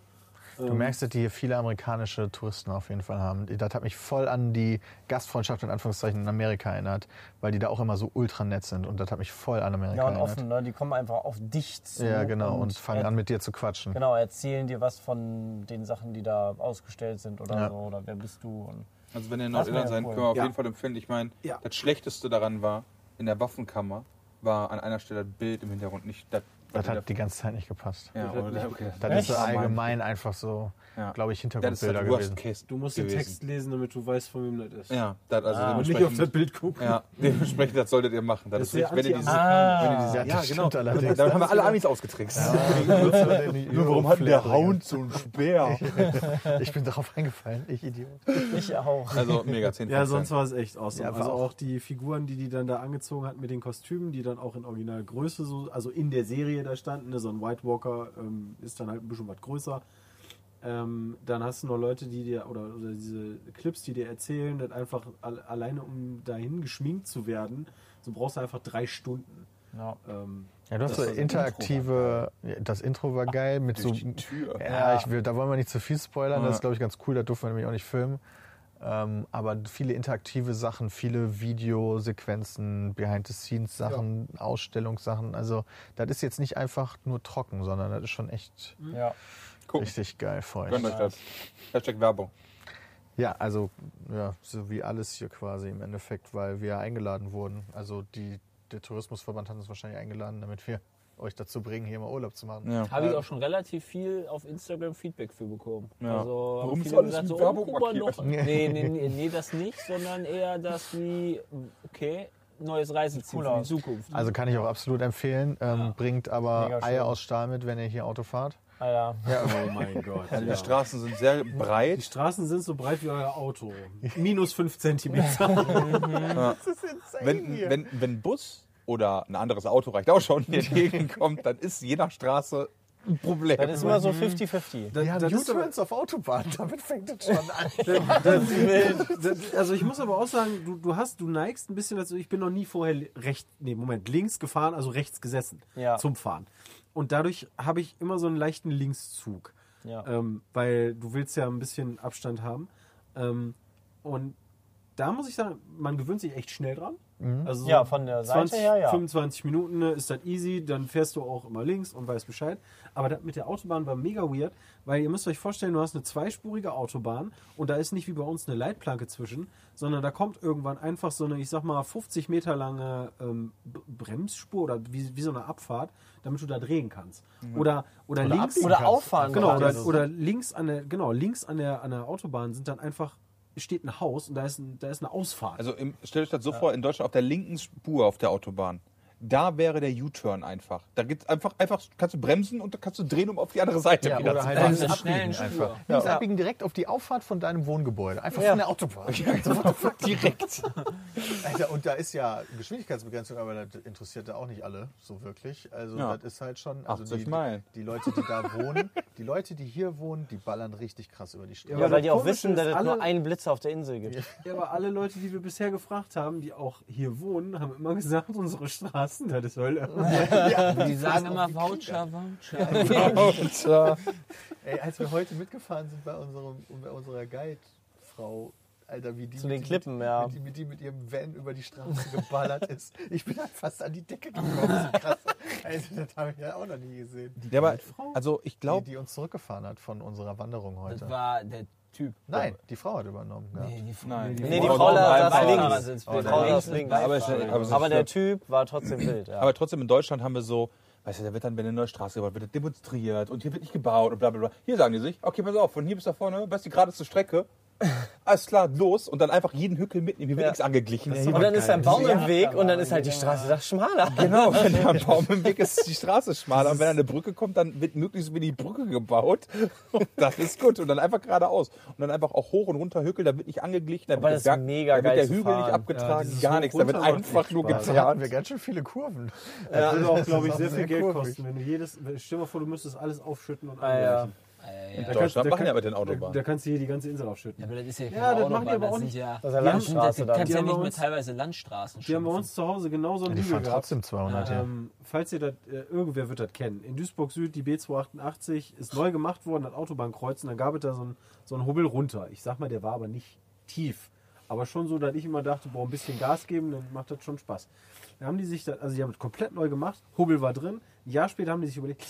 Du Ähm. merkst, dass die hier viele amerikanische Touristen auf jeden Fall haben. Das hat mich voll an die Gastfreundschaft in Anführungszeichen in Amerika erinnert, weil die da auch immer so ultra nett sind und das hat mich voll an Amerika Ja, und erinnert. offen, ne? die kommen einfach auf dich zu. Ja, genau, und, fangen er- an mit dir zu quatschen. Genau, erzählen dir was von den Sachen, die da ausgestellt sind oder Ja. so, oder wer bist du. Und Also wenn ihr in Das Nordirland wär seid, cool. können wir auf Ja. jeden Fall empfehlen. Ich meine, Ja. das Schlechteste daran war, in der Waffenkammer war an einer Stelle das Bild im Hintergrund nicht das, was Das hat die ganze Zeit nicht gepasst. ja, oder, okay. Das ist so allgemein einfach so, Ja. glaube ich, Das ist Hintergrundbilder halt gewesen. Worst Case. Du musst den gewesen. Text lesen, damit du weißt, von wem das ist. Ja, das, also Und nicht auf dementsprechend- das Bild gucken. Ja, dementsprechend, das solltet ihr machen. Das, Das Ah. ist richtig. ist Wenn sehr ihr dieses, wenn ihr dieses, Ja, das stimmt allerdings. Dann genau. haben wir alle Amis ausgetrickst. Nur warum hat der Hound so einen Speer? Ich bin darauf eingefallen, ich Idiot. Ich auch. Also mega 10 Ja, sonst war es echt awesome. Ja, war also auch- auch die Figuren, die die dann da angezogen hat mit den Kostümen, die dann auch in Originalgröße so, also in der Serie da standen, ne, so ein White Walker ähm, ist dann halt ein bisschen was größer. Ähm, dann hast du noch Leute, die dir, oder, oder diese Clips, die dir erzählen, dass einfach al alleine um dahin geschminkt zu werden, so brauchst du einfach drei Stunden. Ja. Ähm, Ja, du hast so Das war so interaktive, ja, das Intro war geil mit so. durch die Tür. Ja, ich will, da wollen wir nicht zu viel spoilern, das Ja. ist, glaube ich, ganz cool, da dürfen wir nämlich auch nicht filmen. Ähm, aber viele interaktive Sachen, viele Videosequenzen, Behind-the-Scenes-Sachen, Ausstellungssachen. Also, das ist jetzt nicht einfach nur trocken, sondern das ist schon echt Ja. Gucken. richtig geil feucht. Gönnt euch das. Hashtag Werbung. Ja, also ja, so wie alles hier quasi im Endeffekt, weil wir eingeladen wurden. Also die, der Tourismusverband hat uns wahrscheinlich eingeladen, damit wir euch dazu bringen, hier mal Urlaub zu machen. Ja. Habe ich auch schon relativ viel auf Instagram Feedback für bekommen. Ja. Also Warum haben ist viele alles gesagt, mit so, Werbung oh, guck mal markiert? noch. Nee, nee, nee, nee, das nicht, sondern eher das wie, okay, neues Reiseziel für die Zukunft. Also kann ich auch absolut empfehlen. Ähm, Bringt aber Mega Eier schön. aus Stahl mit, wenn ihr hier Auto fahrt. Alter. oh mein Gott. Also ja. Die Straßen sind sehr Die breit. Straßen sind so breit wie euer Auto. Minus fünf Zentimeter. Wenn, wenn, wenn ein Bus oder ein anderes Auto reicht auch schon hier entgegenkommt, dann ist je nach Straße ein Problem. Das ist immer so 50-50. Wir haben das ist aber- U-Turns auf Autobahn, damit fängt es schon an. Das- das- also ich muss aber auch sagen, du, du hast, du neigst ein bisschen dazu, ich bin noch nie vorher li- rechts, nee, Moment, links gefahren, also rechts gesessen Ja. zum Fahren. Und dadurch habe ich immer so einen leichten Linkszug. Ja. Ähm, weil du willst ja ein bisschen Abstand haben. Ähm, und da muss ich sagen, man gewöhnt sich echt schnell dran. Also Mhm. Ja, von der Seite her, ja. 25 Minuten ne, ist das easy, dann fährst du auch immer links und weißt Bescheid. Aber das mit der Autobahn war mega weird, weil ihr müsst euch vorstellen, du hast eine zweispurige Autobahn und da ist nicht wie bei uns eine Leitplanke zwischen, sondern da kommt irgendwann einfach so eine, ich sag mal, 50 Meter lange ähm, B- Bremsspur oder wie, wie so eine Abfahrt, damit du da drehen kannst. Oder, oder, links. abbiegen Mhm. Oder auffahren. Genau, gerade oder, so. oder links an der, genau, links an der, an der Autobahn sind dann einfach, steht ein Haus und da ist, ein, da ist eine Ausfahrt. Also im, stell euch das so vor, in Deutschland auf der linken Spur auf der Autobahn. Da wäre der U-Turn einfach. Da gibt's einfach, einfach, kannst du bremsen und dann kannst du drehen, um auf die andere Seite wieder zu halt halt fahren. eine schnellen Spur. einfach. Links abbiegen direkt auf die Auffahrt von deinem Wohngebäude. Einfach von der Autobahn. Direkt. Alter, und da ist ja Geschwindigkeitsbegrenzung, aber das interessiert da auch nicht alle so wirklich. Also Ja. das ist halt schon, also 80 die, die, Meilen. die Leute, die da wohnen, die Leute, die hier wohnen, die ballern richtig krass über die Straße. Ja, weil das die auch Komische wissen, dass ist, es nur alle- einen Blitz auf der Insel gibt. Ja, aber alle Leute, die wir bisher gefragt haben, die auch hier wohnen, haben immer gesagt, unsere Straßen, das ist Hölle. die sagen immer Voucher, Voucher. Ey, als wir heute mitgefahren sind bei, unserem, bei unserer Guide-Frau, Alter, wie die, Zu mit- den Klippen, ja. mit, die, mit, die mit ihrem Van über die Straße geballert ist. Ich bin halt fast an die Decke gekommen. So krass. Also, das habe ich ja auch noch nie gesehen. Die, Ja, aber, also ich die, glaube, uns zurückgefahren hat von unserer Wanderung Das heute. war der Typ. Nein, die Frau hat übernommen. gehabt. Nee, die Frau. nein. Nee, die Aber- Frau Beifahrer saß links. sind's. Oh, Die Frau der saß links links. ist Aber, es- aber es ist der schlimm. Typ war trotzdem wild, ja. Aber trotzdem in Deutschland haben wir so, weißt du, da wird dann, wenn eine neue Straße gebaut wird, wird demonstriert und hier wird nicht gebaut und bla bla bla. Hier sagen die sich, okay, pass auf, von hier bis da vorne, weißt du, gerade zur Strecke, alles klar, los und dann einfach jeden Hügel mitnehmen, hier wird Ja. nichts angeglichen. Ja, hier Und wird- dann ist ein Baum im Weg und dann ist halt die Straße da schmaler. Genau, wenn da ein Baum im Weg ist, ist die Straße schmaler. Und wenn da eine Brücke kommt, dann wird möglichst über die Brücke gebaut. Und das ist gut. Und dann einfach geradeaus. Und dann einfach auch hoch und runter Hügel, da wird nicht angeglichen, da Aber wird, das ist der, Berg- mega da wird geil der zu Hügel fahren. nicht abgetragen, dieses gar nichts. Da wird Hoch- runter einfach nur Spaß. Also Da hatten getan. wir ganz schön viele Kurven. Das würde auch, glaube ich, ist sehr auch viel sehr Geld kurvig. kosten. Wenn du jedes, stell dir mal vor, du müsstest alles aufschütten und Ah, ja. angleichen. In Da kannst- da Deutschland machen kann- ja mit den Da, da Autobahnen. kannst du hier die ganze Insel aufschütten. Aber das ist ja, keine Ja, das machen Autobahn, die aber auch sind nicht. Ja, Das ist ja Die haben- Landstraße Das kannst dann. ja Die nicht haben mehr uns- teilweise Landstraßen Die haben bei schimpfen. uns zu Hause genauso einen Die Hügel fahren gehabt. trotzdem 200 hier. Ähm, falls ihr das, äh, irgendwer wird das kennen. In Duisburg Süd, die B288 ist neu gemacht worden, hat Autobahnkreuzen, dann gab es da so einen so einen Hubbel runter. Ich sag mal, der war aber nicht tief. Aber schon so, dass ich immer dachte, boah, ein bisschen Gas geben, dann macht das schon Spaß. Dann haben die sich da, also die haben das komplett neu gemacht, Hubbel war drin. Ein Jahr später haben die sich überlegt,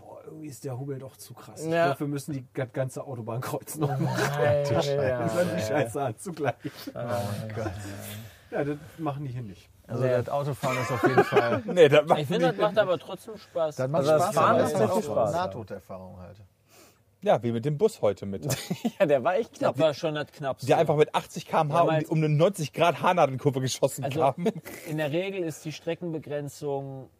boah, irgendwie ist der Hubbel doch zu krass. Ich Ja. glaube, wir müssen die das ganze Autobahnkreuz noch machen. Alter, Das ist die Scheiße anzugleichen. Ja, das machen die hier nicht. Also das Autofahren ist auf jeden Fall. Nee, das macht Ich finde, das macht aber trotzdem Spaß. Dann macht Also das Spaß, Fahren aber macht ist sehr halt viel auch Spaß, eine ja. Nahtoderfahrung halt. Ja, wie mit dem Bus heute Mittag. Ja, der war echt knapp. das war schon das Knappste. Der einfach mit 80 km/h um, die- Damals- um eine 90 Grad Haarnadelkurve geschossen also, kam. in der Regel ist die Streckenbegrenzung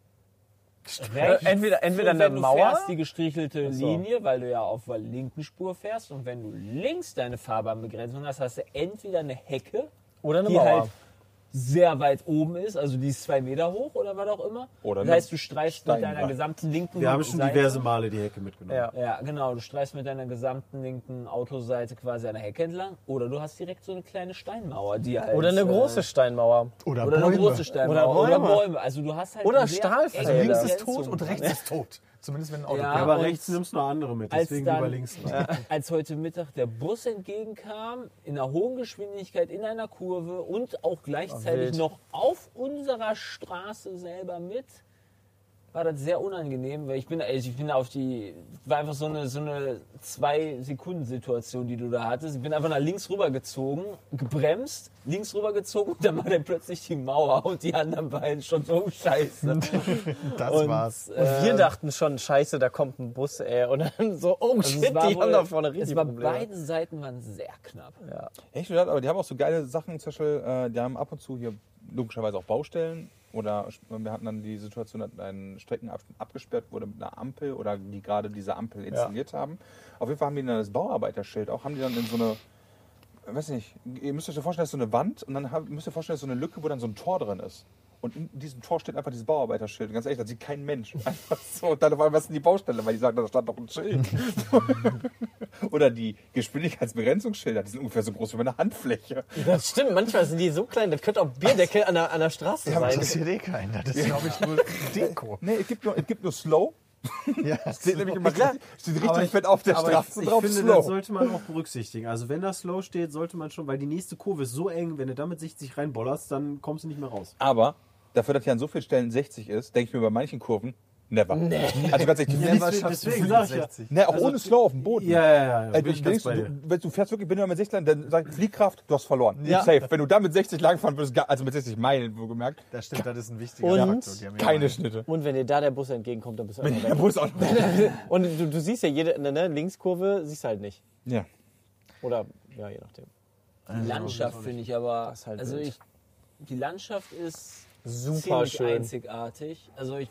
Äh, entweder- entweder wenn eine du Mauer- fährst die gestrichelte Linie, weil du ja auf der linken Spur fährst und wenn du links deine Fahrbahnbegrenzung hast, hast du entweder eine Hecke, Oder eine die Mauer. halt sehr weit oben ist, also die ist zwei Meter hoch oder was auch immer. Oder das eine heißt, du streifst mit deiner Steinwand. gesamten linken Wir haben schon Seite- diverse Male die Hecke mitgenommen. Ja. Ja, genau. Du streifst mit deiner gesamten linken Autoseite quasi an der Hecke entlang oder du hast direkt so eine kleine Steinmauer, die halt, Oder eine äh, große Steinmauer. Oder, oder eine Bäume. große Steinmauer Oder oder Bäume. Bäume. Also du hast halt Oder eine sehr Stahlfelder. enge Also Links ist tot Begrenzung. und rechts ist tot. Zumindest wenn ein Auto Ja, kommt. aber und rechts nimmst du noch andere mit, als deswegen dann- lieber links. als heute Mittag der Bus entgegenkam, in einer hohen Geschwindigkeit, in einer Kurve und auch gleichzeitig wild. noch auf unserer Straße selber mit, war das sehr unangenehm, weil ich bin, ey, ich bin auf die, war einfach so eine, so eine Zwei-Sekunden-Situation, die du da hattest. Ich bin einfach nach links rübergezogen, gebremst, links rübergezogen und dann war dann plötzlich die Mauer und die anderen beiden schon so scheiße. Das Und, war's. Und wir dachten schon, scheiße, da kommt ein Bus, ey. Und dann so, oh Also shit, die wohl- haben da vorne es richtig war Probleme. Beide Seiten waren sehr knapp. Echt, wie gesagt, aber die haben auch so geile Sachen, zum Beispiel, äh, die haben ab und zu hier logischerweise auch Baustellen oder sch- wir hatten dann die Situation, dass ein Streckenabschnitt abgesperrt wurde mit einer Ampel oder die gerade diese Ampel installiert haben. Auf jeden Fall haben die dann das Bauarbeiterschild auch, haben die dann in so eine, äh, weiß nicht, ihr müsst euch so vorstellen, das ist so eine Wand und dann hab, müsst ihr vorstellen, das ist so eine Lücke, wo dann so ein Tor drin ist. Und in diesem Tor steht einfach dieses Bauarbeiterschild. Ganz ehrlich, das sieht kein Mensch. Einfach so. Und dann auf einmal was sind die Baustelle, weil die sagen, da stand doch ein Schild. Oder die Geschwindigkeitsbegrenzungsschilder, die sind ungefähr so groß wie meine Handfläche. Das stimmt, manchmal sind die so klein, das könnte auch Bierdeckel an der, an der Straße Das sein. interessiert eh keiner. Das ist, glaube ich, nur Deko. Nee, es gibt nur, es gibt nur Slow. Ja, Steht nämlich immer richtig, steht richtig ich- fett auf der aber Straße ich, ich drauf. finde, das slow. sollte man auch berücksichtigen. Also wenn das Slow steht, sollte man schon, weil die nächste Kurve ist so eng, wenn du damit 60 reinbollerst, dann kommst du nicht mehr raus. Aber dafür, dass hier an so vielen Stellen 60 ist, denke ich mir bei manchen Kurven, never. Also ganz ehrlich, Ja, never. deswegen- schaffst du deswegen 60. Ne, auch ohne Slow auf dem Boden. Also Ja, ja, ja. ja Ey, bin du, ich ganz denkst, bei du, dir. wenn du fährst wirklich, wenn du mit 60 lang, dann sag ich, Fliehkraft, du hast verloren. Safe. Wenn du da mit 60 lang fahren würdest, gar- also mit 60 Meilen, wo gemerkt, Das stimmt, das ist ein wichtiger Und Faktor. Die haben ja keine einen. Schnitte. Und wenn dir da der Bus entgegenkommt, dann bist du Der einfach weg. Bus auch noch. Und du, du siehst ja jede ne, ne, Linkskurve, siehst halt nicht. Ja. Oder, ja, je nachdem. Die Landschaft finde ich aber, ist halt also wild. ich, die Landschaft ist Super ziemlich schön. einzigartig. Also ich,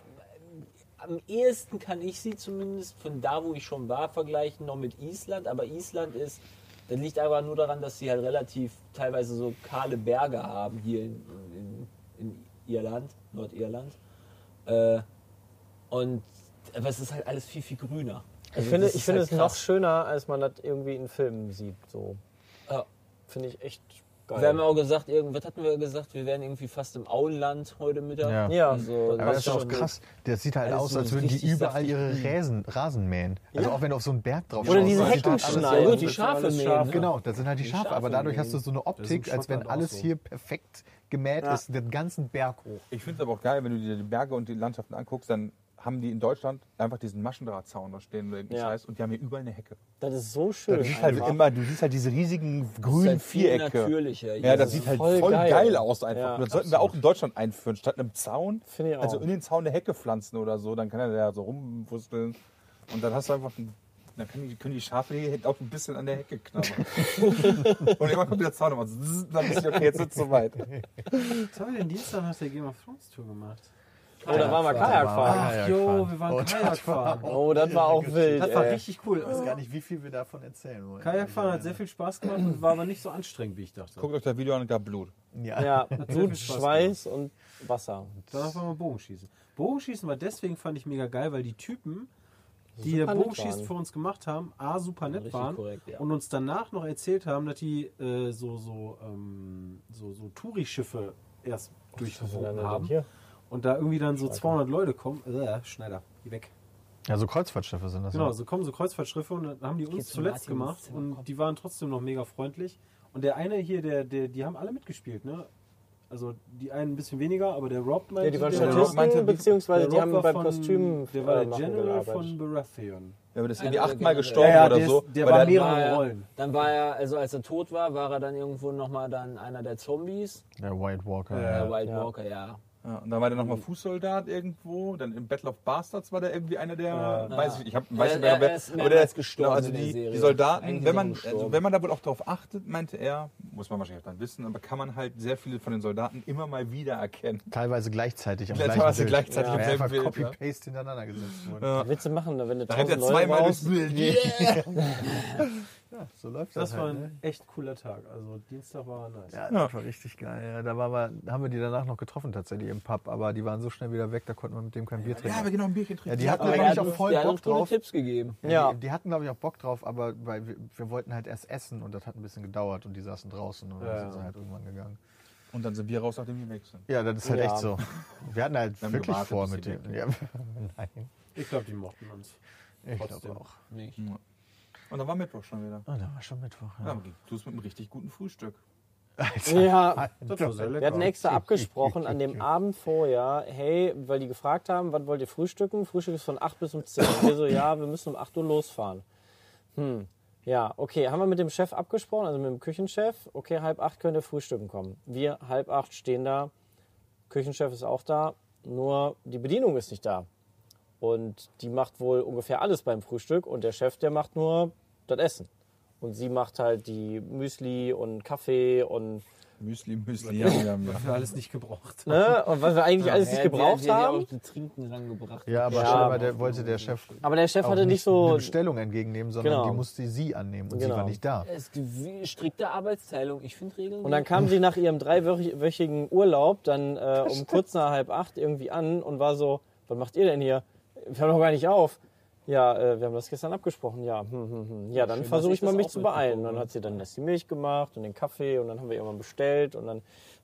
am ehesten kann ich sie zumindest von da, wo ich schon war, vergleichen noch mit Island. Aber Island ist, das liegt aber nur daran, dass sie halt relativ teilweise so kahle Berge haben hier in, in, in Irland, Nordirland. Äh, und aber es ist halt alles viel, viel grüner. Ich Also finde, das ich ist finde halt es noch krass. schöner, als man das irgendwie in Filmen sieht. So. Ja. Finde ich echt Wir haben ja geil. auch gesagt, irgendwas hatten wir gesagt, wir wären irgendwie fast im Auenland heute Mittag. Ja. Ja, Also, Aber das ist auch schon- krass. Das sieht halt Alles aus, so als würden die richtig überall saftig ihre grün. Rasen, Rasen mähen. Also auch wenn du auf so einen Berg drauf Oder schaust, diese das sieht Hecken halt alles so schneiden. aus. Ja, die Schafe mähen. ne? Genau, das sind halt die, Schafe, Schafe aber dadurch mähen. hast du so eine ist in Optik, als wenn Schottland auch alles so. hier perfekt gemäht ist, den ganzen Berg hoch. Ich finde es aber auch geil, wenn du dir die Berge und die Landschaften anguckst, dann haben die in Deutschland einfach diesen Maschendrahtzaun da stehen oder ja. Ja. Scheiß und die haben hier überall eine Hecke. Das ist so schön. Du siehst halt immer, du siehst halt diese riesigen Das ist grünen halt viel Vierecke. natürlicher. Ja, das sieht halt voll, voll geil. geil. aus einfach. Ja, das sollten wir auch in Deutschland einführen, statt einem Zaun. Finde ich auch. Also in den Zaun eine Hecke pflanzen oder so, dann kann er da so rumwursteln. Und dann hast du einfach ein, dann können die, können die Schafe hier auch ein bisschen an der Hecke knabbern. und irgendwann kommt der Zaun und macht zzz, dann ist die, okay, jetzt ist es soweit. Was haben wir denn Dienstag nach der Game of Thrones Tour gemacht? Oder waren wir Kajak fahren? Ach jo, wir waren Kajak fahren. Oh, das war auch wild. Das war ey. richtig cool. Ich weiß gar nicht, wie viel wir davon erzählen wollen. Kajakfahren hat sehr viel Spaß gemacht und war aber nicht so anstrengend, wie ich dachte. Guckt euch das Video an, da Blut. Ja. Ja, sehr Blut, viel Spaß Schweiß und Wasser. Danach waren wir Bogenschießen. Bogenschießen war deswegen, fand ich mega geil, weil die Typen, die hier nett Bogenschießen waren. für uns gemacht haben, A, super nett Richtig waren korrekt, ja. und uns danach noch erzählt haben, dass die äh, so, so, ähm, so, so Touri-Schiffe erst durchgewunken haben und da irgendwie dann so 200 Leute kommen. Äh, Schneider, geh weg. ja, so Kreuzfahrtschiffe sind das. ne? Genau, ja. so kommen so Kreuzfahrtschiffe und dann haben die uns zu zuletzt Martin ins gemacht Zimmer, und komm. die waren trotzdem noch mega freundlich. Und der eine hier, der, der, die haben alle mitgespielt, ne? Also die einen ein bisschen weniger, aber der Rob meinte, Ja, die waren der- Rob meinte, Statisten, wie- beziehungsweise der die Rob haben war beim von- Kostüm Der war äh, der machen General gearbeitet. von Baratheon. Ja, aber das ist Also, irgendwie achtmal generell. gestorben Ja, ja, oder der ist- so. der weil war der- mehrere- War er- Rollen. Dann war er, also als er tot war, war er dann irgendwo nochmal dann einer der Zombies. Der White Walker. Der Ja. Wild Walker, ja. Ja, und dann war der nochmal Fußsoldat irgendwo, dann im Battle of Bastards war der irgendwie einer der, weiß ich nicht, ich hab, weiß Er- nicht mehr, er wer, ist aber der mehrmals gestorben also in der die, Serie. die Soldaten, Eigentlich wenn ist er man, gestorben. also wenn man da wohl auch drauf achtet, meinte er, muss man wahrscheinlich dann wissen, aber kann man halt sehr viele von den Soldaten immer mal wieder erkennen. Teilweise gleichzeitig am Teilweise gleichen Bild. gleichzeitig am ja. selben einfach Bild, ne? Copy-Paste hintereinander gesetzt wurden. Ja. Witze machen, wenn du Da rennt er tausend Leute zweimal durchs brauchst. Bild. So läuft das, Das war halt, ein ne? echt cooler Tag. Also Dienstag war nice. Ja, das war richtig geil. Ja, da waren wir, haben wir die danach noch getroffen tatsächlich im Pub, aber die waren so schnell wieder weg, da konnten wir mit dem kein Bier Ja, trinken. aber genau, ein Bierchen Ja, trinken. die hatten Aber er eigentlich hat auch uns- voll der hat Bock uns gute drauf. Tipps gegeben. Ja, die, die hatten, glaube ich, auch Bock drauf, aber weil wir, wir wollten halt erst essen und das hat ein bisschen gedauert und die saßen draußen und dann sind sie halt irgendwann gegangen. Und dann sind wir raus, nachdem wir weg sind. Ja, das ist halt Ja. echt so. Wir hatten halt Wir haben wirklich gewartet, vor bis mit die weg dem. Ja, nein, Ich glaube, die mochten uns. ich Trotzdem. glaube auch. Nicht. Und dann war Mittwoch schon wieder. Ah, da war schon Mittwoch. Ja, aber du mit einem richtig guten Frühstück. Alter, Ja, Das war sehr wir hatten lecker. extra abgesprochen an dem Abend vorher, hey, weil die gefragt haben, wann wollt ihr frühstücken? Frühstück ist von 8 bis um 10. Wir so, ja, wir müssen um 8 Uhr losfahren. Hm. Ja, okay, haben wir mit dem Chef abgesprochen, also mit dem Küchenchef. Okay, halb acht könnt ihr frühstücken kommen. Wir halb acht stehen da, Küchenchef ist auch da, nur die Bedienung ist nicht da. Und die macht wohl ungefähr alles beim Frühstück und der Chef, der macht nur das Essen. Und sie macht halt die Müsli und Kaffee und Müsli, Müsli, ja, wir haben ja. Was wir alles nicht gebraucht. ne? Und was wir eigentlich alles nicht gebraucht haben. Die Trinken rangebracht. Ja, aber Ja, scheinbar aber- der, wollte der Chef Aber der Chef auch hatte nicht eine so. Bestellung entgegennehmen, sondern Genau. die musste sie annehmen und sie Genau. war nicht da. Es gibt wie- strikte Arbeitsteilung. Ich finde Regeln. Und dann kam sie nach ihrem dreiwöchigen Urlaub dann äh, um kurz nach halb acht irgendwie an und war so: Was macht ihr denn hier? Wir haben doch gar nicht auf. Ja, äh, wir haben das gestern abgesprochen. Ja, hm, hm, hm. ja dann Schön, versuche dass ich ich mal das mich auch zu beeilen. mitbekommen Dann habe. hat sie dann erst die Milch gemacht und den Kaffee und dann haben wir irgendwann bestellt und dann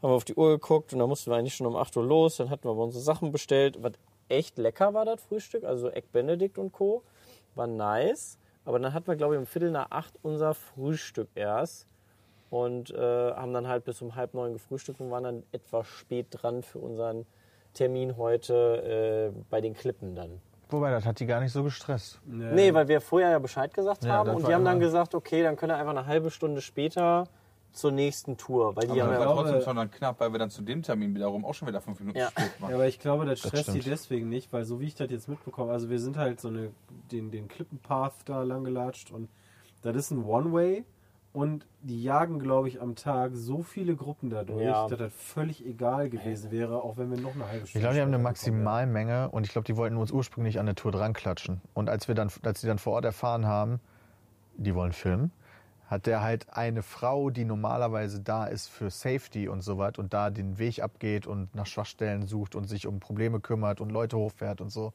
haben wir auf die Uhr geguckt und dann mussten wir eigentlich schon um 8 Uhr los. Dann hatten wir aber unsere Sachen bestellt. Was echt lecker war das Frühstück, also Egg Benedict und Co. War nice. Aber dann hatten wir, glaube ich, um Viertel nach acht unser Frühstück erst und äh, haben dann halt bis um halb neun gefrühstückt und waren dann etwas spät dran für unseren Termin heute äh, bei den Klippen dann. Wobei, das hat die gar nicht so gestresst. Nee, weil wir vorher ja Bescheid gesagt Ja, haben das und war die haben dann immer- gesagt, okay, dann können wir einfach eine halbe Stunde später zur nächsten Tour, weil die Aber haben das ja war glaube- trotzdem schon dann knapp, weil wir dann zu dem Termin wiederum auch schon wieder fünf Minuten Ja. spät waren. Ja, aber ich glaube, das stresst die stimmt. deswegen nicht, weil so wie ich das jetzt mitbekomme, also wir sind halt so eine, den, den Klippenpath da lang gelatscht und das ist ein One-Way und die jagen, glaube ich, am Tag so viele Gruppen dadurch, Ja. dass das völlig egal gewesen wäre, auch wenn wir noch eine halbe Ich Stunde. glaube, die haben eine später gekommen wären. Maximalmenge und ich glaube, die wollten uns ursprünglich an der Tour dran klatschen. Und als wir dann, als die dann vor Ort erfahren haben, die wollen filmen, hat der halt eine Frau, die normalerweise da ist für Safety und so was und da den Weg abgeht und nach Schwachstellen sucht und sich um Probleme kümmert und Leute hochfährt und so,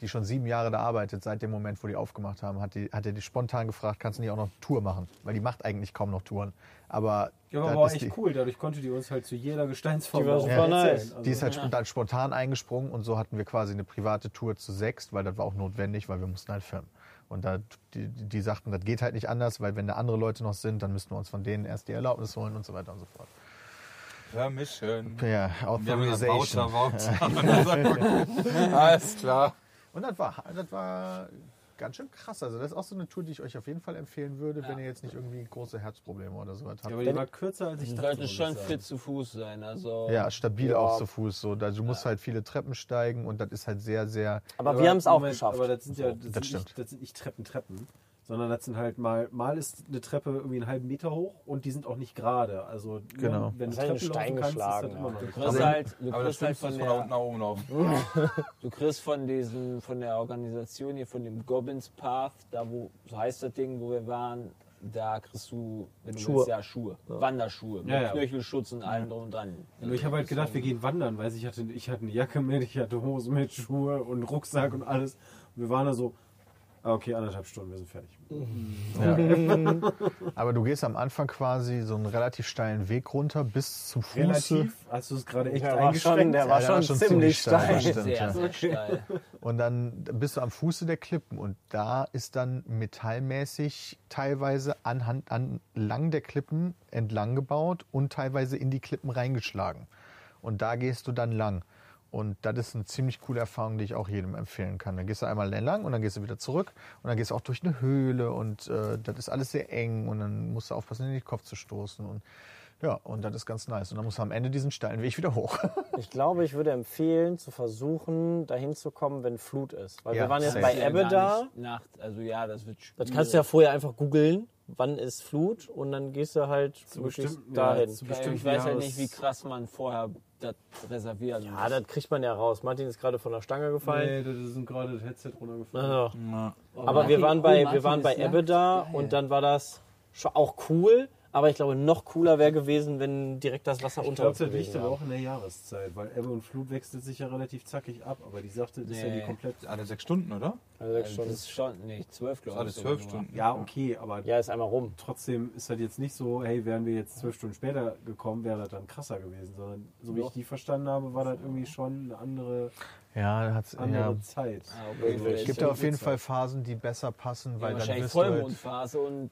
die schon sieben Jahre da arbeitet, seit dem Moment, wo die aufgemacht haben, hat, die, hat er die spontan gefragt, kannst du nicht auch noch eine Tour machen? Weil die macht eigentlich kaum noch Touren. Aber, Ja, aber das war ist echt die- cool, dadurch konnte die uns halt zu jeder Gesteinsform Die war auch super erzählen. nice. Also, die ist halt sp- dann spontan eingesprungen und so hatten wir quasi eine private Tour zu sechs, weil das war auch notwendig, weil wir mussten halt filmen. Und da, die, die sagten, das geht halt nicht anders, weil wenn da andere Leute noch sind, dann müssten wir uns von denen erst die Erlaubnis holen und so weiter und so fort. Permission. Ja, Wir haben gesagt, Voucher, Authorization. Voucher. Und dann sagt man, Alles klar. Und das war, das war ganz schön krass. Also das ist auch so eine Tour, die ich euch auf jeden Fall empfehlen würde, wenn ihr jetzt nicht irgendwie große Herzprobleme oder sowas habt. ja, aber die war kürzer als ich Die dachte. sollten muss ich schon sagen. fit zu Fuß sein. Also Ja, stabil auch zu Fuß. So. Da, du musst halt viele Treppen steigen und das ist halt sehr, sehr... Aber wir haben es auch Moment, geschafft. Aber das sind ja das Das sind nicht, stimmt. das sind nicht Treppen, Treppen, sondern das sind halt mal, mal ist eine Treppe irgendwie einen halben Meter hoch und die sind auch nicht gerade. Also Genau. wenn Das du hat einen Treppen laufen Stein kannst, ist geschlagen, das immer noch du nicht. kriegst halt, du Aber das kriegst halt Schlimmste ist von von da unten der, nach oben laufen. du kriegst von diesen, von der Organisation hier, von dem Goblins Path, da wo, so heißt das Ding, wo wir waren, da kriegst du, wenn du Schuhe. willst, ja Schuhe, Wanderschuhe, mit Ja, ja. Knöchelschutz und allem drum und dran. Nur ich habe halt gedacht, wir gehen wandern, weil ich hatte, ich hatte eine Jacke mit, ich hatte Hosen mit, Schuhe und Rucksack und alles. Und wir waren da so, ah, okay, anderthalb Stunden, wir sind fertig. Ja. Aber du gehst am Anfang quasi so einen relativ steilen Weg runter bis zum Fuße. Relativ, hast du es gerade echt Der war schon- eingeschränkt? der war Ja, schon ziemlich das steil. stimmt, sehr, ja. sehr steil. Und dann bist du am Fuße der Klippen und da ist dann metallmäßig teilweise anhand, anlang der Klippen entlang gebaut und teilweise in die Klippen reingeschlagen. Und da gehst du dann lang. Und das ist eine ziemlich coole Erfahrung, die ich auch jedem empfehlen kann. Dann gehst du einmal lang und dann gehst du wieder zurück und dann gehst du auch durch eine Höhle und äh, das ist alles sehr eng und dann musst du aufpassen, in den Kopf zu stoßen. Und ja, und das ist ganz nice. Und dann musst du am Ende diesen steilen Weg wieder hoch. Ich glaube, ich würde empfehlen, zu versuchen, dahin zu kommen, wenn Flut ist. Weil Ja, wir waren jetzt safe. bei Ja, Ebbe gar da. nicht Nacht, also ja, das wird schwierig. Das kannst du ja vorher einfach googeln, wann ist Flut und dann gehst du halt möglichst bestimmten- ja, dahin. zu Ja, ja, Ich bestimmten weiß halt Jahres- nicht, wie krass man vorher das reservieren muss. das kriegt man ja raus. Martin ist gerade von der Stange gefallen. Nee, das ist gerade das Headset runtergefallen. Ah, Ja. Aber wir Martin- waren bei, oh, Martin wir waren bei ist Ebbe nackt. da Geil. und dann war das schon auch cool. Aber ich glaube, noch cooler wäre gewesen, wenn direkt das Wasser Ich unter glaube, uns das liegt gewesen aber wäre. auch in der Jahreszeit, weil Ebbe und Flut wechselt sich ja relativ zackig ab, aber die Sache ist ja Nee. die komplett. Alle sechs Stunden, oder? Also sechs Also, das Stunden. ist schon, nee, zwölf glaube ich. Alle sogar zwölf nur. Stunden. Ja, okay, aber Ja, ist einmal rum. trotzdem ist das jetzt nicht so, hey, wären wir jetzt zwölf Stunden später gekommen, wäre das dann krasser gewesen, sondern so wie ich die verstanden habe, war das irgendwie schon eine andere, Ja, da hat's, andere ja. Zeit. Also, Ah, okay, so Es ist gibt ja da auf jeden Zeit. Fall Phasen, die besser passen, weil ja, dann wahrscheinlich bist du halt, Vollmondphase und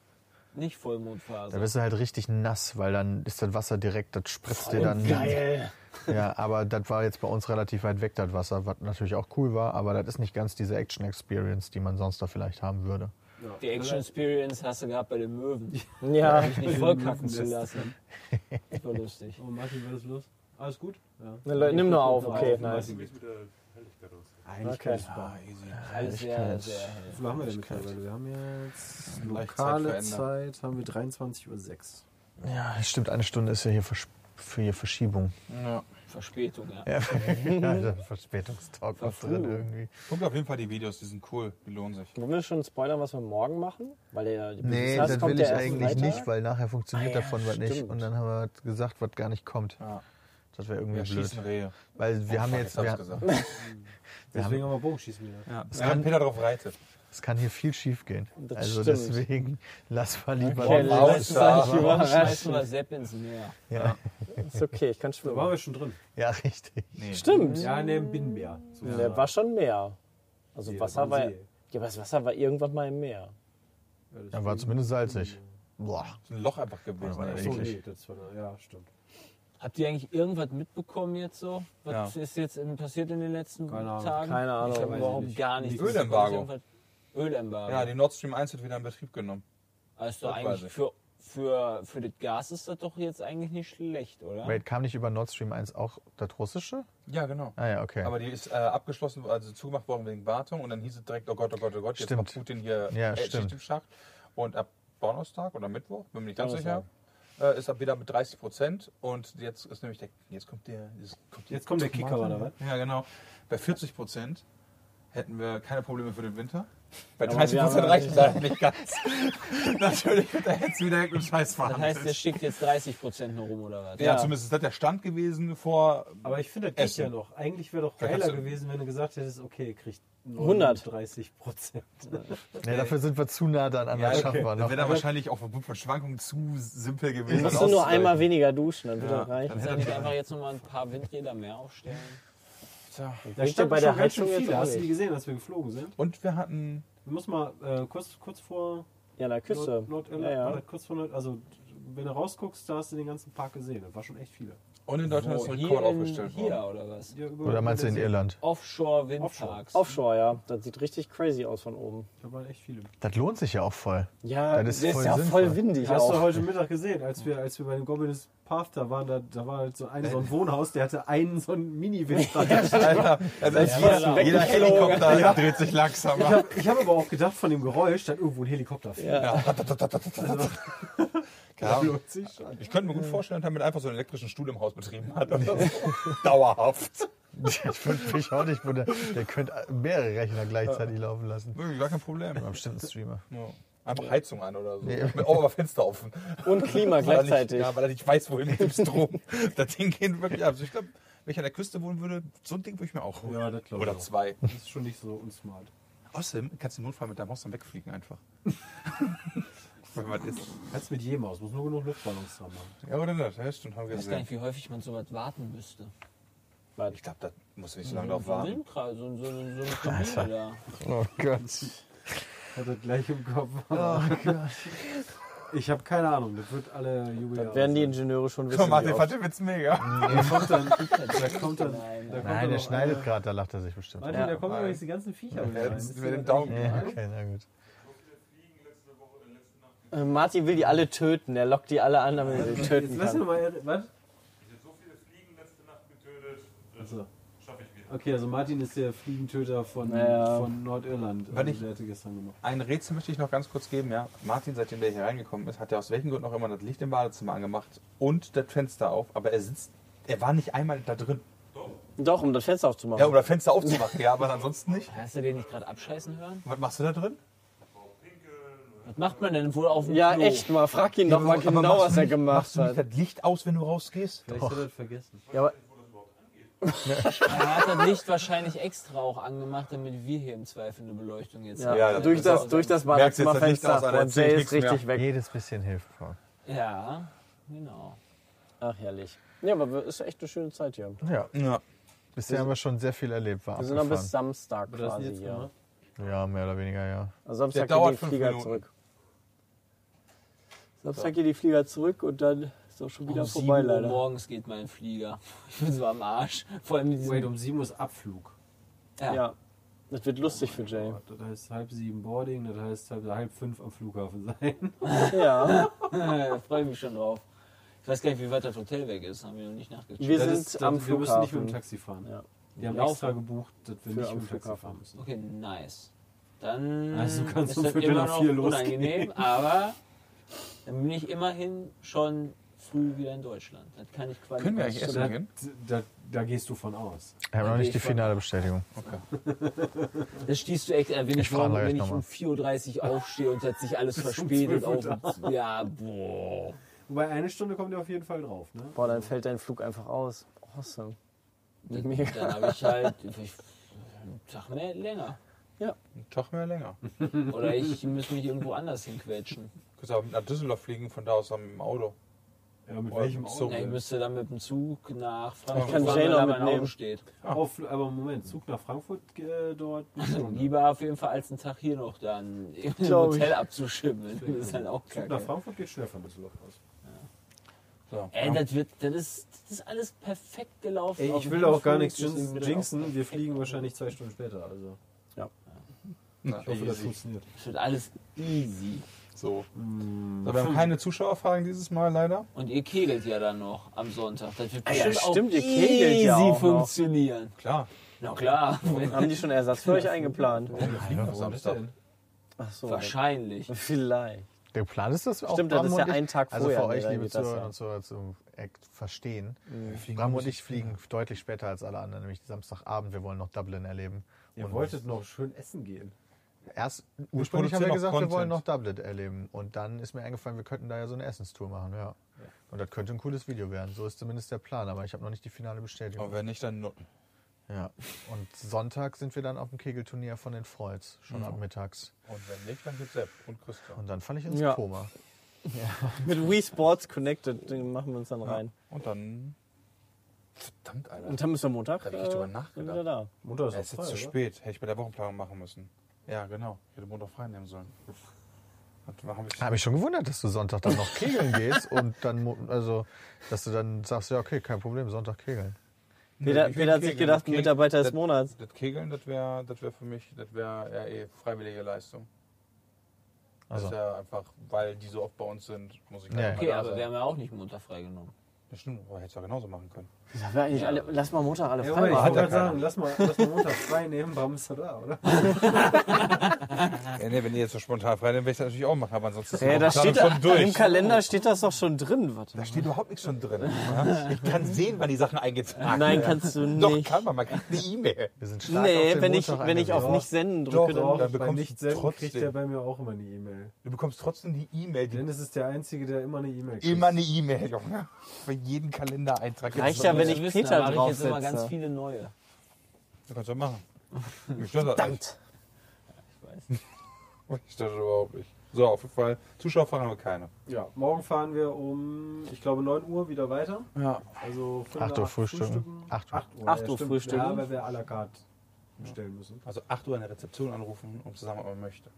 nicht Vollmondphase. da bist du halt richtig nass, weil dann ist das Wasser direkt, das spritzt dir dann. Geil. Ja, aber das war jetzt bei uns relativ weit weg, das Wasser, was natürlich auch cool war, aber das ist nicht ganz diese Action-Experience, die man sonst da vielleicht haben würde. Die Action Experience hast du gehabt bei den Möwen. Dich Ja, Ne, nicht vollkacken zu lassen. Das war lustig. Oh, Martin, was ist los? Alles gut? Ja. Na, Leute, nimm nur auf, okay, nice. Martin, Eigentlich Okay. okay. ah, super. Alles sehr, sehr hell. Wie viel haben wir denn mittlerweile? Wir haben jetzt Leicht lokale Zeit verändert. Zeit, haben wir 23.06 Uhr. Ja, stimmt, eine Stunde ist ja hier Versch für hier Verschiebung. Ja. Verspätung, ja. Ja, also Verspätungstalk noch drin Verfrühung. irgendwie. Guckt auf jeden Fall die Videos, die sind cool, die lohnen sich. Wollen wir schon spoilern, was wir morgen machen? Weil der die Nee, Business das kommt will ja ich erst eigentlich Freitag. nicht, weil nachher funktioniert Ah ja, davon was nicht. stimmt. Und dann haben wir was gesagt, was gar nicht kommt. Ja. Das wäre irgendwie Wir blöd. schießen Rehe. Weil wir haben Fuck, jetzt, hab's wir, gesagt. Deswegen haben wir Bogenschießen wieder. Ja. Es Ja, kann- wenn Peter drauf reitet. es kann hier viel schief gehen. Das also stimmt. deswegen lass mal lieber Okay, den lass Lauf uns da. eigentlich Warum überraschen. schmeißen wir Sepp ins Meer? Ja, Ist okay, ich kann Da waren schwimmen. wir schon drin. ja, richtig. Nee. Stimmt. Ja, ne, im Binnenmeer. Der war schon Meer. Also Nee, Wasser das war war. ein Ja, See. aber das Wasser war irgendwann mal im Meer. Ja, war zumindest salzig. Boah. Ist ein Loch einfach gewesen. Aber ey. so, eklig. nee, das war, ja, stimmt. Habt ihr eigentlich irgendwas mitbekommen jetzt so? Was ist jetzt in- passiert in den letzten Keine Ahnung. Tagen? Keine Ahnung. Ich habe Weiß ich überhaupt nicht. gar nichts. Nichts. mitbekommen. Ölembargo. Ölembargo. Ja, die Nord Stream 1 wird wieder in Betrieb genommen. also das weiß eigentlich ich. für, für, für das Gas ist das doch jetzt eigentlich nicht schlecht, oder? Wait, kam nicht über Nord Stream 1 auch das russische? Ja, genau. Ah ja, okay. Aber die ist äh, abgeschlossen, also zugemacht worden wegen Wartung und dann hieß es direkt, oh Gott, oh Gott, oh Gott, jetzt Stimmt. macht Putin hier Ja, äh, stimmt. Schicht im Schacht. Und ab Donnerstag oder Mittwoch, bin mir nicht ganz sicher, äh, ist ab wieder mit 30 Prozent und jetzt ist nämlich der, jetzt kommt der, jetzt kommt, Jetzt kommt der Kicker, oder was? Ja, genau. Bei 40 Prozent hätten wir keine Probleme für den Winter. Bei Aber 30 wir haben- Prozent reicht es leider nicht ganz. Natürlich wird der jetzt wieder mit dem Scheiß das verhandelt. heißt, der schickt jetzt 30 Prozent nur rum, oder was? ja, zumindest ist das der Stand gewesen vor. Aber ich finde, das geht Essen. ja noch. Eigentlich wäre doch Vielleicht geiler hast du- gewesen, wenn du gesagt hättest, okay, kriegt 100. 30 Prozent. nee, dafür sind wir zu nah dran an, Ja, das okay. schaffen wir Dann noch. wäre da wahrscheinlich auch aufgrund von Schwankungen zu simpel gewesen. Wir das müssen nur auszugleichen. einmal weniger duschen, dann wird Ja, das reichen. dann Kann hätte ich er- einfach jetzt nochmal ein paar Windräder mehr aufstellen? Tja. Da Ich stand bei der ganz schön Heizung jetzt viele. auch Hast du die nicht. gesehen, als wir geflogen sind? Und wir hatten. Du musst mal äh, kurz, kurz vor Ja, an der Küste. Nord- Nordirland, Ja, war ja. das kurz vor Nord, also wenn du rausguckst, da hast du den ganzen Park gesehen. Das war schon echt viele. Und in Deutschland ist ein Rekord aufgestellt hier worden. oder was? Ja, über- Oder meinst du in über- Irland? Offshore-Windparks. Offshore, ja. Das sieht richtig crazy aus von oben. Da waren echt viele. Das lohnt sich ja auch voll. Ja, Das ist der voll ja sinnvoll. voll windig Hast du auch. heute Mittag gesehen, als wir, als wir bei dem Goblin's Path da waren, da, da war halt so, ein, so ein Wohnhaus, der hatte einen so einen Mini-Windrad. Alter, also jeder, jeder Helikopter dreht sich Ich langsamer. habe ich hab aber auch gedacht von dem Geräusch, dass irgendwo ein Helikopter fährt. Ja. Lohnt sich schon. Ich könnte mir gut vorstellen, dass er mit einfach so einen elektrischen Stuhl im Haus betrieben hat. Oder so. Dauerhaft. Ich würde mich auch nicht wundern. Der könnte mehrere Rechner gleichzeitig laufen lassen. Wirklich Gar kein Problem. Am bestimmten Streamer. Ja. Einfach Heizung an oder so. Nee. Mit auch aber Fenster offen. Und Weil Klima er nicht- gleichzeitig. Ja, weil er nicht weiß, wohin mit dem Strom. das Ding geht wirklich ab. Also ich glaube, wenn ich an der Küste wohnen würde, so ein Ding würde ich mir auch holen. Ja, das glaub ich Oder auch. zwei. Das ist schon nicht so unsmart. Außerdem kannst du im Notfall mit deinem Haus dann wegfliegen einfach. Wenn was ist. Kannst mit jedem aus, muss nur genug Luftballons dran machen. Ja, oder das? Ja, stimmt, haben wir Ich weiß gesehen. gar nicht, wie häufig man sowas warten müsste. Ich glaube, da musst du nicht so lange drauf So ein warten. Windkraft, so, so, so eine Turbine da. Oh Gott. Hat er gleich im Kopf. Ich habe keine Ahnung, das wird alle Jubiläum. Das werden die Ingenieure schon wissen. Komm, Martin, wie oft. fand den Witz mega. Da kommt dann. Da kommt dann. Da kommt Nein, dann der noch schneidet einer. gerade, da lacht er sich bestimmt. Martin, da kommen übrigens die ganzen Viecher mit rein. Jetzt mit dem Daumen. Ja, okay, na gut. Äh, Martin will die alle töten. Er lockt die alle an, damit er sie Jetzt töten lass ihn kann. mal. Was? so viele Fliegen letzte Nacht getötet. Das Achso. schaffe ich wieder. Okay, also Martin ist der Fliegentöter von, Naja. von Nordirland. Weil Also ich- der hatte gestern gemacht. Ein Rätsel möchte ich noch ganz kurz geben. Ja, Martin, seitdem der hier reingekommen ist, hat er aus welchem Grund noch immer das Licht im Badezimmer angemacht und das Fenster auf. Aber er sitzt, er war nicht einmal da drin. Doch, um das Fenster aufzumachen. Ja, um das Fenster aufzumachen, ja, aber ansonsten nicht. Hast du den nicht gerade abscheißen hören? Was machst du da drin? Was macht man denn wohl auf dem Ja, Klo? echt mal. Frag ihn doch mal Aber genau, machst du was er nicht- machst gemacht du hat. nicht das Licht aus, wenn du rausgehst? Vielleicht hat er das vergessen. Ja, aber Er hat das Licht wahrscheinlich extra auch angemacht, damit wir hier im Zweifel eine Beleuchtung jetzt ja, haben. Ja, durch, das- das, durch das merkst du jetzt das Licht aus, Badezimmerfenster. Alter, Und erzähl der ich ist nichts richtig weg. Jedes bisschen hilft. Frau. Ja, genau. Ach, herrlich. Ja, aber wir- ist echt eine schöne Zeit hier. Ja, Ja. bisher haben wir schon sehr viel erlebt. War Wir sind noch abgefahren. bis Samstag Oder hast du quasi jetzt hier. genau? gemacht? Ja, mehr oder weniger, ja. Also Samstag Der dauert geht die fünf Flieger Minuten. zurück. Samstag geht die Flieger zurück und dann ist auch schon wieder um vorbei 7 Uhr leider. morgens geht mein Flieger. Ich bin so am Arsch. Vor allem mit Wait, diesem... um 7 Uhr ist Abflug. Ja. Ja, das wird lustig für Jay. Das heißt halb sieben Boarding, das heißt halb, halb fünf am Flughafen sein. Ja, da freue ich mich schon drauf. Ich weiß gar nicht, wie weit das Hotel weg ist. Haben wir noch nicht nachgeschaut. wir Das sind ist- das- am Wir müssen nicht mit dem Flughafen. Taxi fahren. Ja. Die haben Laufen. extra gebucht, dass wir Für nicht am mit dem Taxi Flughafen. fahren müssen. Okay, nice. Dann Also kannst du ist das für immer Dinner noch vier losgehen. unangenehm, aber dann bin ich immerhin schon früh wieder in Deutschland. Dann kann ich quasi Können wir eigentlich ganz- essen gehen? Da, da, da gehst du von aus. Ich habe noch geh nicht die ich von- finale Bestätigung. Das stießt du echt erwähnt, Ich frage warum, gleich wenn ich nochmal. um 4.30 Uhr aufstehe und hat sich alles verspätet. Auf, ja, boah. Wobei eine Stunde kommt ihr auf jeden Fall drauf. Ne? Boah, dann fällt dein Flug einfach aus. Awesome. Dann, Mega. dann habe ich halt ich, einen Tag mehr länger. Einen Tag mehr länger. Oder ich muss mich irgendwo anders hinquetschen. Könntest auch nach Düsseldorf fliegen, von da aus dann mit dem Auto. Ja, mit Oder welchem Oh, mit Auto? Zug. Ja, ich müsste dann mit dem Zug nach Ich Frankfurt kann fahren, Jane weil noch da mein Auto mitnehmen. steht. Auf, aber Moment, Zug nach Frankfurt äh, dort. eine Stunde. Lieber auf jeden Fall als einen Tag hier noch dann im Glaub ich. Hotel abzuschimmeln. Das ist halt auch Zug nach kacke. Frankfurt geht schnell von Düsseldorf aus. So. Äh, Ey, das, wird, das, ist, das ist alles perfekt gelaufen. Ey, Auf ich dem will auch gar Flug, nichts deswegen jinxen. wird das auch jinxen. Wir perfekt fliegen laufen. wahrscheinlich zwei Stunden später. Also Na, ich hoffe, das easy. funktioniert. Es wird alles easy. so. so. Wir haben keine Zuschauerfragen dieses Mal leider. Und ihr kegelt ja dann noch am Sonntag. Das wird Ah, ja, bestimmt stimmt, auch ihr kegelt easy ja auch noch. funktionieren. Klar. Na klar, Haben die schon Ersatz für euch eingeplant? Wir fliegen am Samstag. Ach so. wahrscheinlich. Vielleicht. Der Plan ist das auch. Stimmt, das ist ja Bram und ich- ein Tag Also vorher, für ne, euch, dann liebe geht das Zuhörer ja. und Zuhörer, zum Act verstehen. Wir fliegen Bram und nicht. ich fliegen deutlich später als alle anderen, nämlich Samstagabend. Wir wollen noch Dublin erleben. Ihr wolltet noch schön essen gehen. Erst, ursprünglich haben produzieren wir noch gesagt, wir wollen noch Content. Dublin erleben. Und dann ist mir eingefallen, wir könnten da ja so eine Essenstour machen. Ja. Und das könnte ein cooles Video werden. So ist zumindest der Plan. Aber ich habe noch nicht die finale Bestätigung. Aber wenn nicht, dann Nutten. Ja. Und Sonntag sind wir dann auf dem Kegelturnier von den Freuds, schon ab mittags. Und wenn nicht, dann gibt's Sepp und Christian. Und dann falle ich ins Ja. Koma. Mit Wii Sports Connected den machen wir uns dann rein. Und dann. Verdammt, Alter. Und dann müssen wir Montag Da hab ich drüber äh, nachgedacht. wieder da. Mutter ist, es ist auch jetzt zu frei, oder? spät. Hätte ich bei der Wochenplanung machen müssen. Ja, genau. Ich hätte Montag frei nehmen sollen. Und warum hab ich- Ah, Habe ich schon gewundert, dass du Sonntag dann noch kegeln gehst und dann, mo- also, dass du dann sagst, ja, okay, kein Problem, Sonntag kegeln. Jeder, ich will jeder hat sich kegeln. gedacht, Kegeln- Mitarbeiter des das- Monats. Das Kegeln, das wäre das wär für mich, das wäre ja eh freiwillige Leistung. Das Also. ist ja einfach, weil die so oft bei uns sind, muss ich Ja. einfach mal Okay, da also aber sein. wir haben ja auch nicht Montag freigenommen. Das stimmt, aber hätte ja genauso machen können. Da wär eigentlich alle, lass mal Montag alle Ey, frei Moment, ich machen. wollte gerade sagen, lass mal, lass mal Montag frei nehmen. Warum ist er da, oder? Ja, nee, wenn ihr jetzt so spontan frei, dann werde ich das natürlich auch machen, aber ansonsten ist Ah. Ja, da das steht schon Im durch. Kalender steht das doch schon drin. Warte. Da steht überhaupt nichts schon drin. Ja? Ich kann sehen, wann die Sachen eingetragen Nein, werden. kannst du Doch, nicht. kann man, man kriegt eine E-Mail. Wir sind stark auf Nee, den wenn ich, Montag wenn ich auf angewiesen. nicht senden drücke, Doch, dann dann Bei bekommst nicht du senden kriegt trotzdem. er bei mir auch immer eine E-Mail. Du bekommst trotzdem die E-Mail, die Dennis ist der Einzige, der immer eine E-Mail kriegt. immer eine E-Mail, Junge. Für jeden Kalendereintrag. Reicht Jetzt- ja, wenn ich Wissen, Peter da mache ich jetzt immer draufsetze. ganz viele neue. Du kannst du machen. Mich stört das verdammt. nicht. Mich stört das überhaupt nicht. So, auf jeden Fall. Zuschauerfragen haben wir keine. Ja, morgen fahren wir um, ich glaube, 9 Uhr wieder weiter. Ja. Also Acht Uhr frühstücken. Acht Uhr. 8 Uhr, Oh, Acht ja, Uhr stimmt. frühstücken. Ja, weil wir à la carte bestellen müssen. Also 8 Uhr an der Rezeption anrufen, um zu sagen, ob man möchte.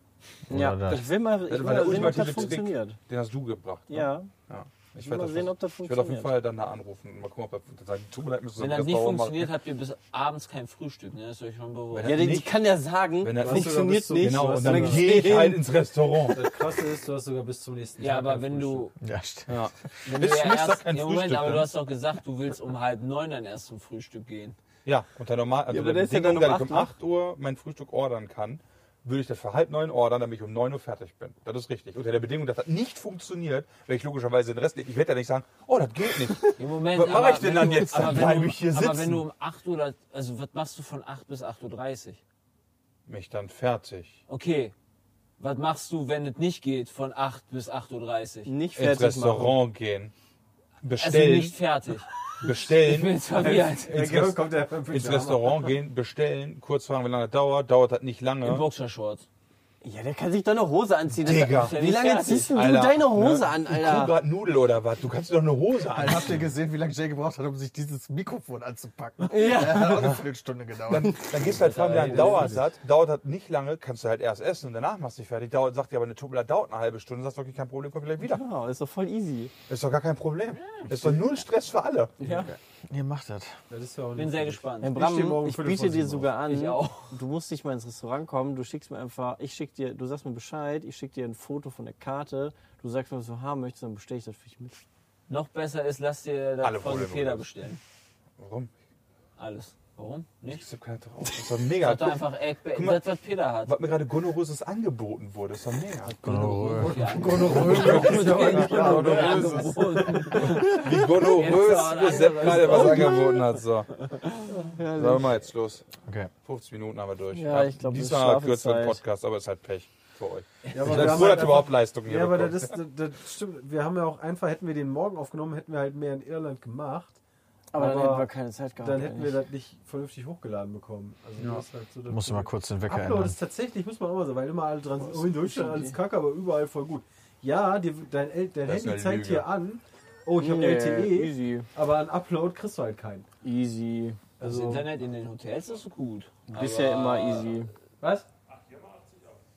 Ja, das. ich will mal, ich Das will war der Also mal sehen, ob ultimative Trick. das funktioniert. Den hast du gebracht. ne? Ja, ja. Ich mal werde sehen, ob das ich werde auf jeden funktioniert. Fall dann da anrufen und mal gucken, ob er dann sagen, tut mir leid, müssen Sie Wenn das das nicht dauern machen. funktioniert, habt ihr bis abends kein Frühstück. Ne? Das ist euch schon bewusst. Wenn ja er die, die nicht- kann ja sagen, wenn er- funktioniert nicht. Genau, und dann Dann gehe geh ich halt ins Restaurant. Das Krasse ist, du hast sogar bis zum nächsten Ja, Tag aber kein wenn Frühstück. du, Ja, stimmt. Ja. wenn du Bis ja Mittag erst, kein ja, Moment, Frühstück, aber du ne? hast doch gesagt, du willst um halb neun dann erst zum Frühstück gehen. Ja, unter normal, also aber der der ist ja Bedingung, dann um dass ich um 8 Uhr mein Frühstück ordern kann, würde ich das für halb neun ordern, damit ich um 9 Uhr fertig bin. Das ist richtig. Unter der Bedingung, dass das nicht funktioniert, werde ich logischerweise den Rest, ich werde ja nicht sagen, oh, das geht nicht. Im Moment, Was mache aber ich denn wenn dann du, jetzt? Aber Dann wenn, bleib du, ich hier aber sitzen. wenn du um 8 Uhr, oder, also was machst du von 8 bis 8.30 Uhr? Mich dann fertig. Okay, was machst du, wenn es nicht geht, von 8 bis 8.30 Hm, Uhr? nicht Ins fertig machen. Restaurant gehen. Also Bestellen. nicht fertig. Ich bin bestellen. jetzt verwirrt. Ins, Ja, Rest- kommt der Fünfte ins Hammer. Restaurant gehen, bestellen, kurz fragen, wie lange das dauert. Dauert das nicht In lange. Boxershorts. Ja, der kann sich doch eine Hose anziehen. Das- Digga. Wie lange Fertig. ziehst denn du Alter, deine Hose ne? an, Ich guck Alter? grad Nudel oder was? Du kannst dir doch eine Hose an. Also habt ihr gesehen, wie lange Jay gebraucht hat, um sich dieses Mikrofon anzupacken? Ja. Das hat auch eine Viertelstunde gedauert. Dann, dann gehst du halt fragen, wie lange dauert das? Dauert das nicht lange, kannst du halt erst essen und danach machst du dich fertig. Dauert, sagt dir aber eine Tubula dauert eine halbe Stunde, sagst wirklich kein Problem, komm gleich wieder. Genau, ist doch voll easy. Ist doch gar kein Problem. Ist doch null Stress für alle. Ihr macht das. Das ist ja auch Bin nicht Hm. sehr Herr gespannt. Bram, steh morgen ich, Viertel vor biete dir sieben sogar an, Ich auch. du musst nicht mal ins Restaurant kommen, du schickst mir einfach, ich schick dir, du sagst mir Bescheid, ich schick dir ein Foto von der Karte, du sagst mir, was du haben möchtest, dann bestelle ich das für dich mit. Noch besser ist, lass dir Alle davon eine Probleme Feder gelöst. bestellen. Warum? Alles. Warum? Nichts? Ich hab keine drauf. Das ist doch mega. Hat er einfach Eggbe guck mal. das, was Peter hat. Was mir gerade Gonorrhoses angeboten wurde, ist doch mega. Also, Wie Jetzt gonorrhös dauert wo Sepp anderes. gerade was angeboten hat. So. Sagen wir mal jetzt los. Okay. 50 Minuten haben wir durch. Ja, ich glaub, das ist Diesmal kürzer Schlafenszeit. ein Podcast, aber ist halt Pech für euch. Ja, Ich aber bin wir haben froh, halt dass einfach, überhaupt Leistung hier ja, aber das, bekommt. ist, das, das stimmt. Wir haben ja auch einfach, hätten wir den morgen aufgenommen, hätten wir halt mehr in Irland gemacht. Aber, dann Aber hätten wir keine Zeit gehabt. Dann hätten wir eigentlich. das nicht vernünftig hochgeladen bekommen. Also das ist halt so das Musst du mal Problem. kurz den Wecker Upload ändern. ist tatsächlich, muss man auch mal so, weil immer alle dran sind, oh, in Deutschland alles kacke, aber überall voll gut. Ja, dir, dein, El- dein Das ist Handy eine zeigt Lüge. hier an, oh, ich habe Nee, E. LTE, Easy. aber an Upload kriegst du halt keinen. Easy. Das Also, Internet in den Hotels ist gut. Bisher immer easy. was?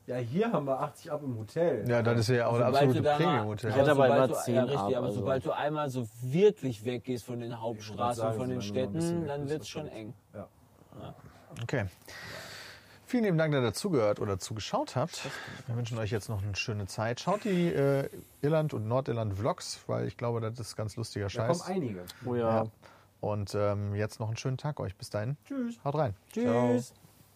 Ja, hier haben wir 80 ab im Hotel. Ja, das ist ja auch eine Sobald absolute du da mal- Ja, Premium-Hotel. da- dabei sobald immer du- 10 Also ja, richtig, ab, aber also. sobald du einmal so wirklich weggehst von den Ich Hauptstraßen, wollte sagen, von den solange du noch ein bisschen Städten, weg dann bist, wird es ist schon das eng. Ja. Okay. Vielen lieben Dank, dass ihr dazugehört oder zugeschaut habt. Wir wünschen euch jetzt noch eine schöne Zeit. Schaut die äh, Irland- und Nordirland-Vlogs, weil ich glaube, das ist ganz lustiger Da kommen Scheiß. einige. Oh ja. Und ähm, jetzt noch einen schönen Tag euch. Bis dahin. Tschüss. Haut rein. Tschüss.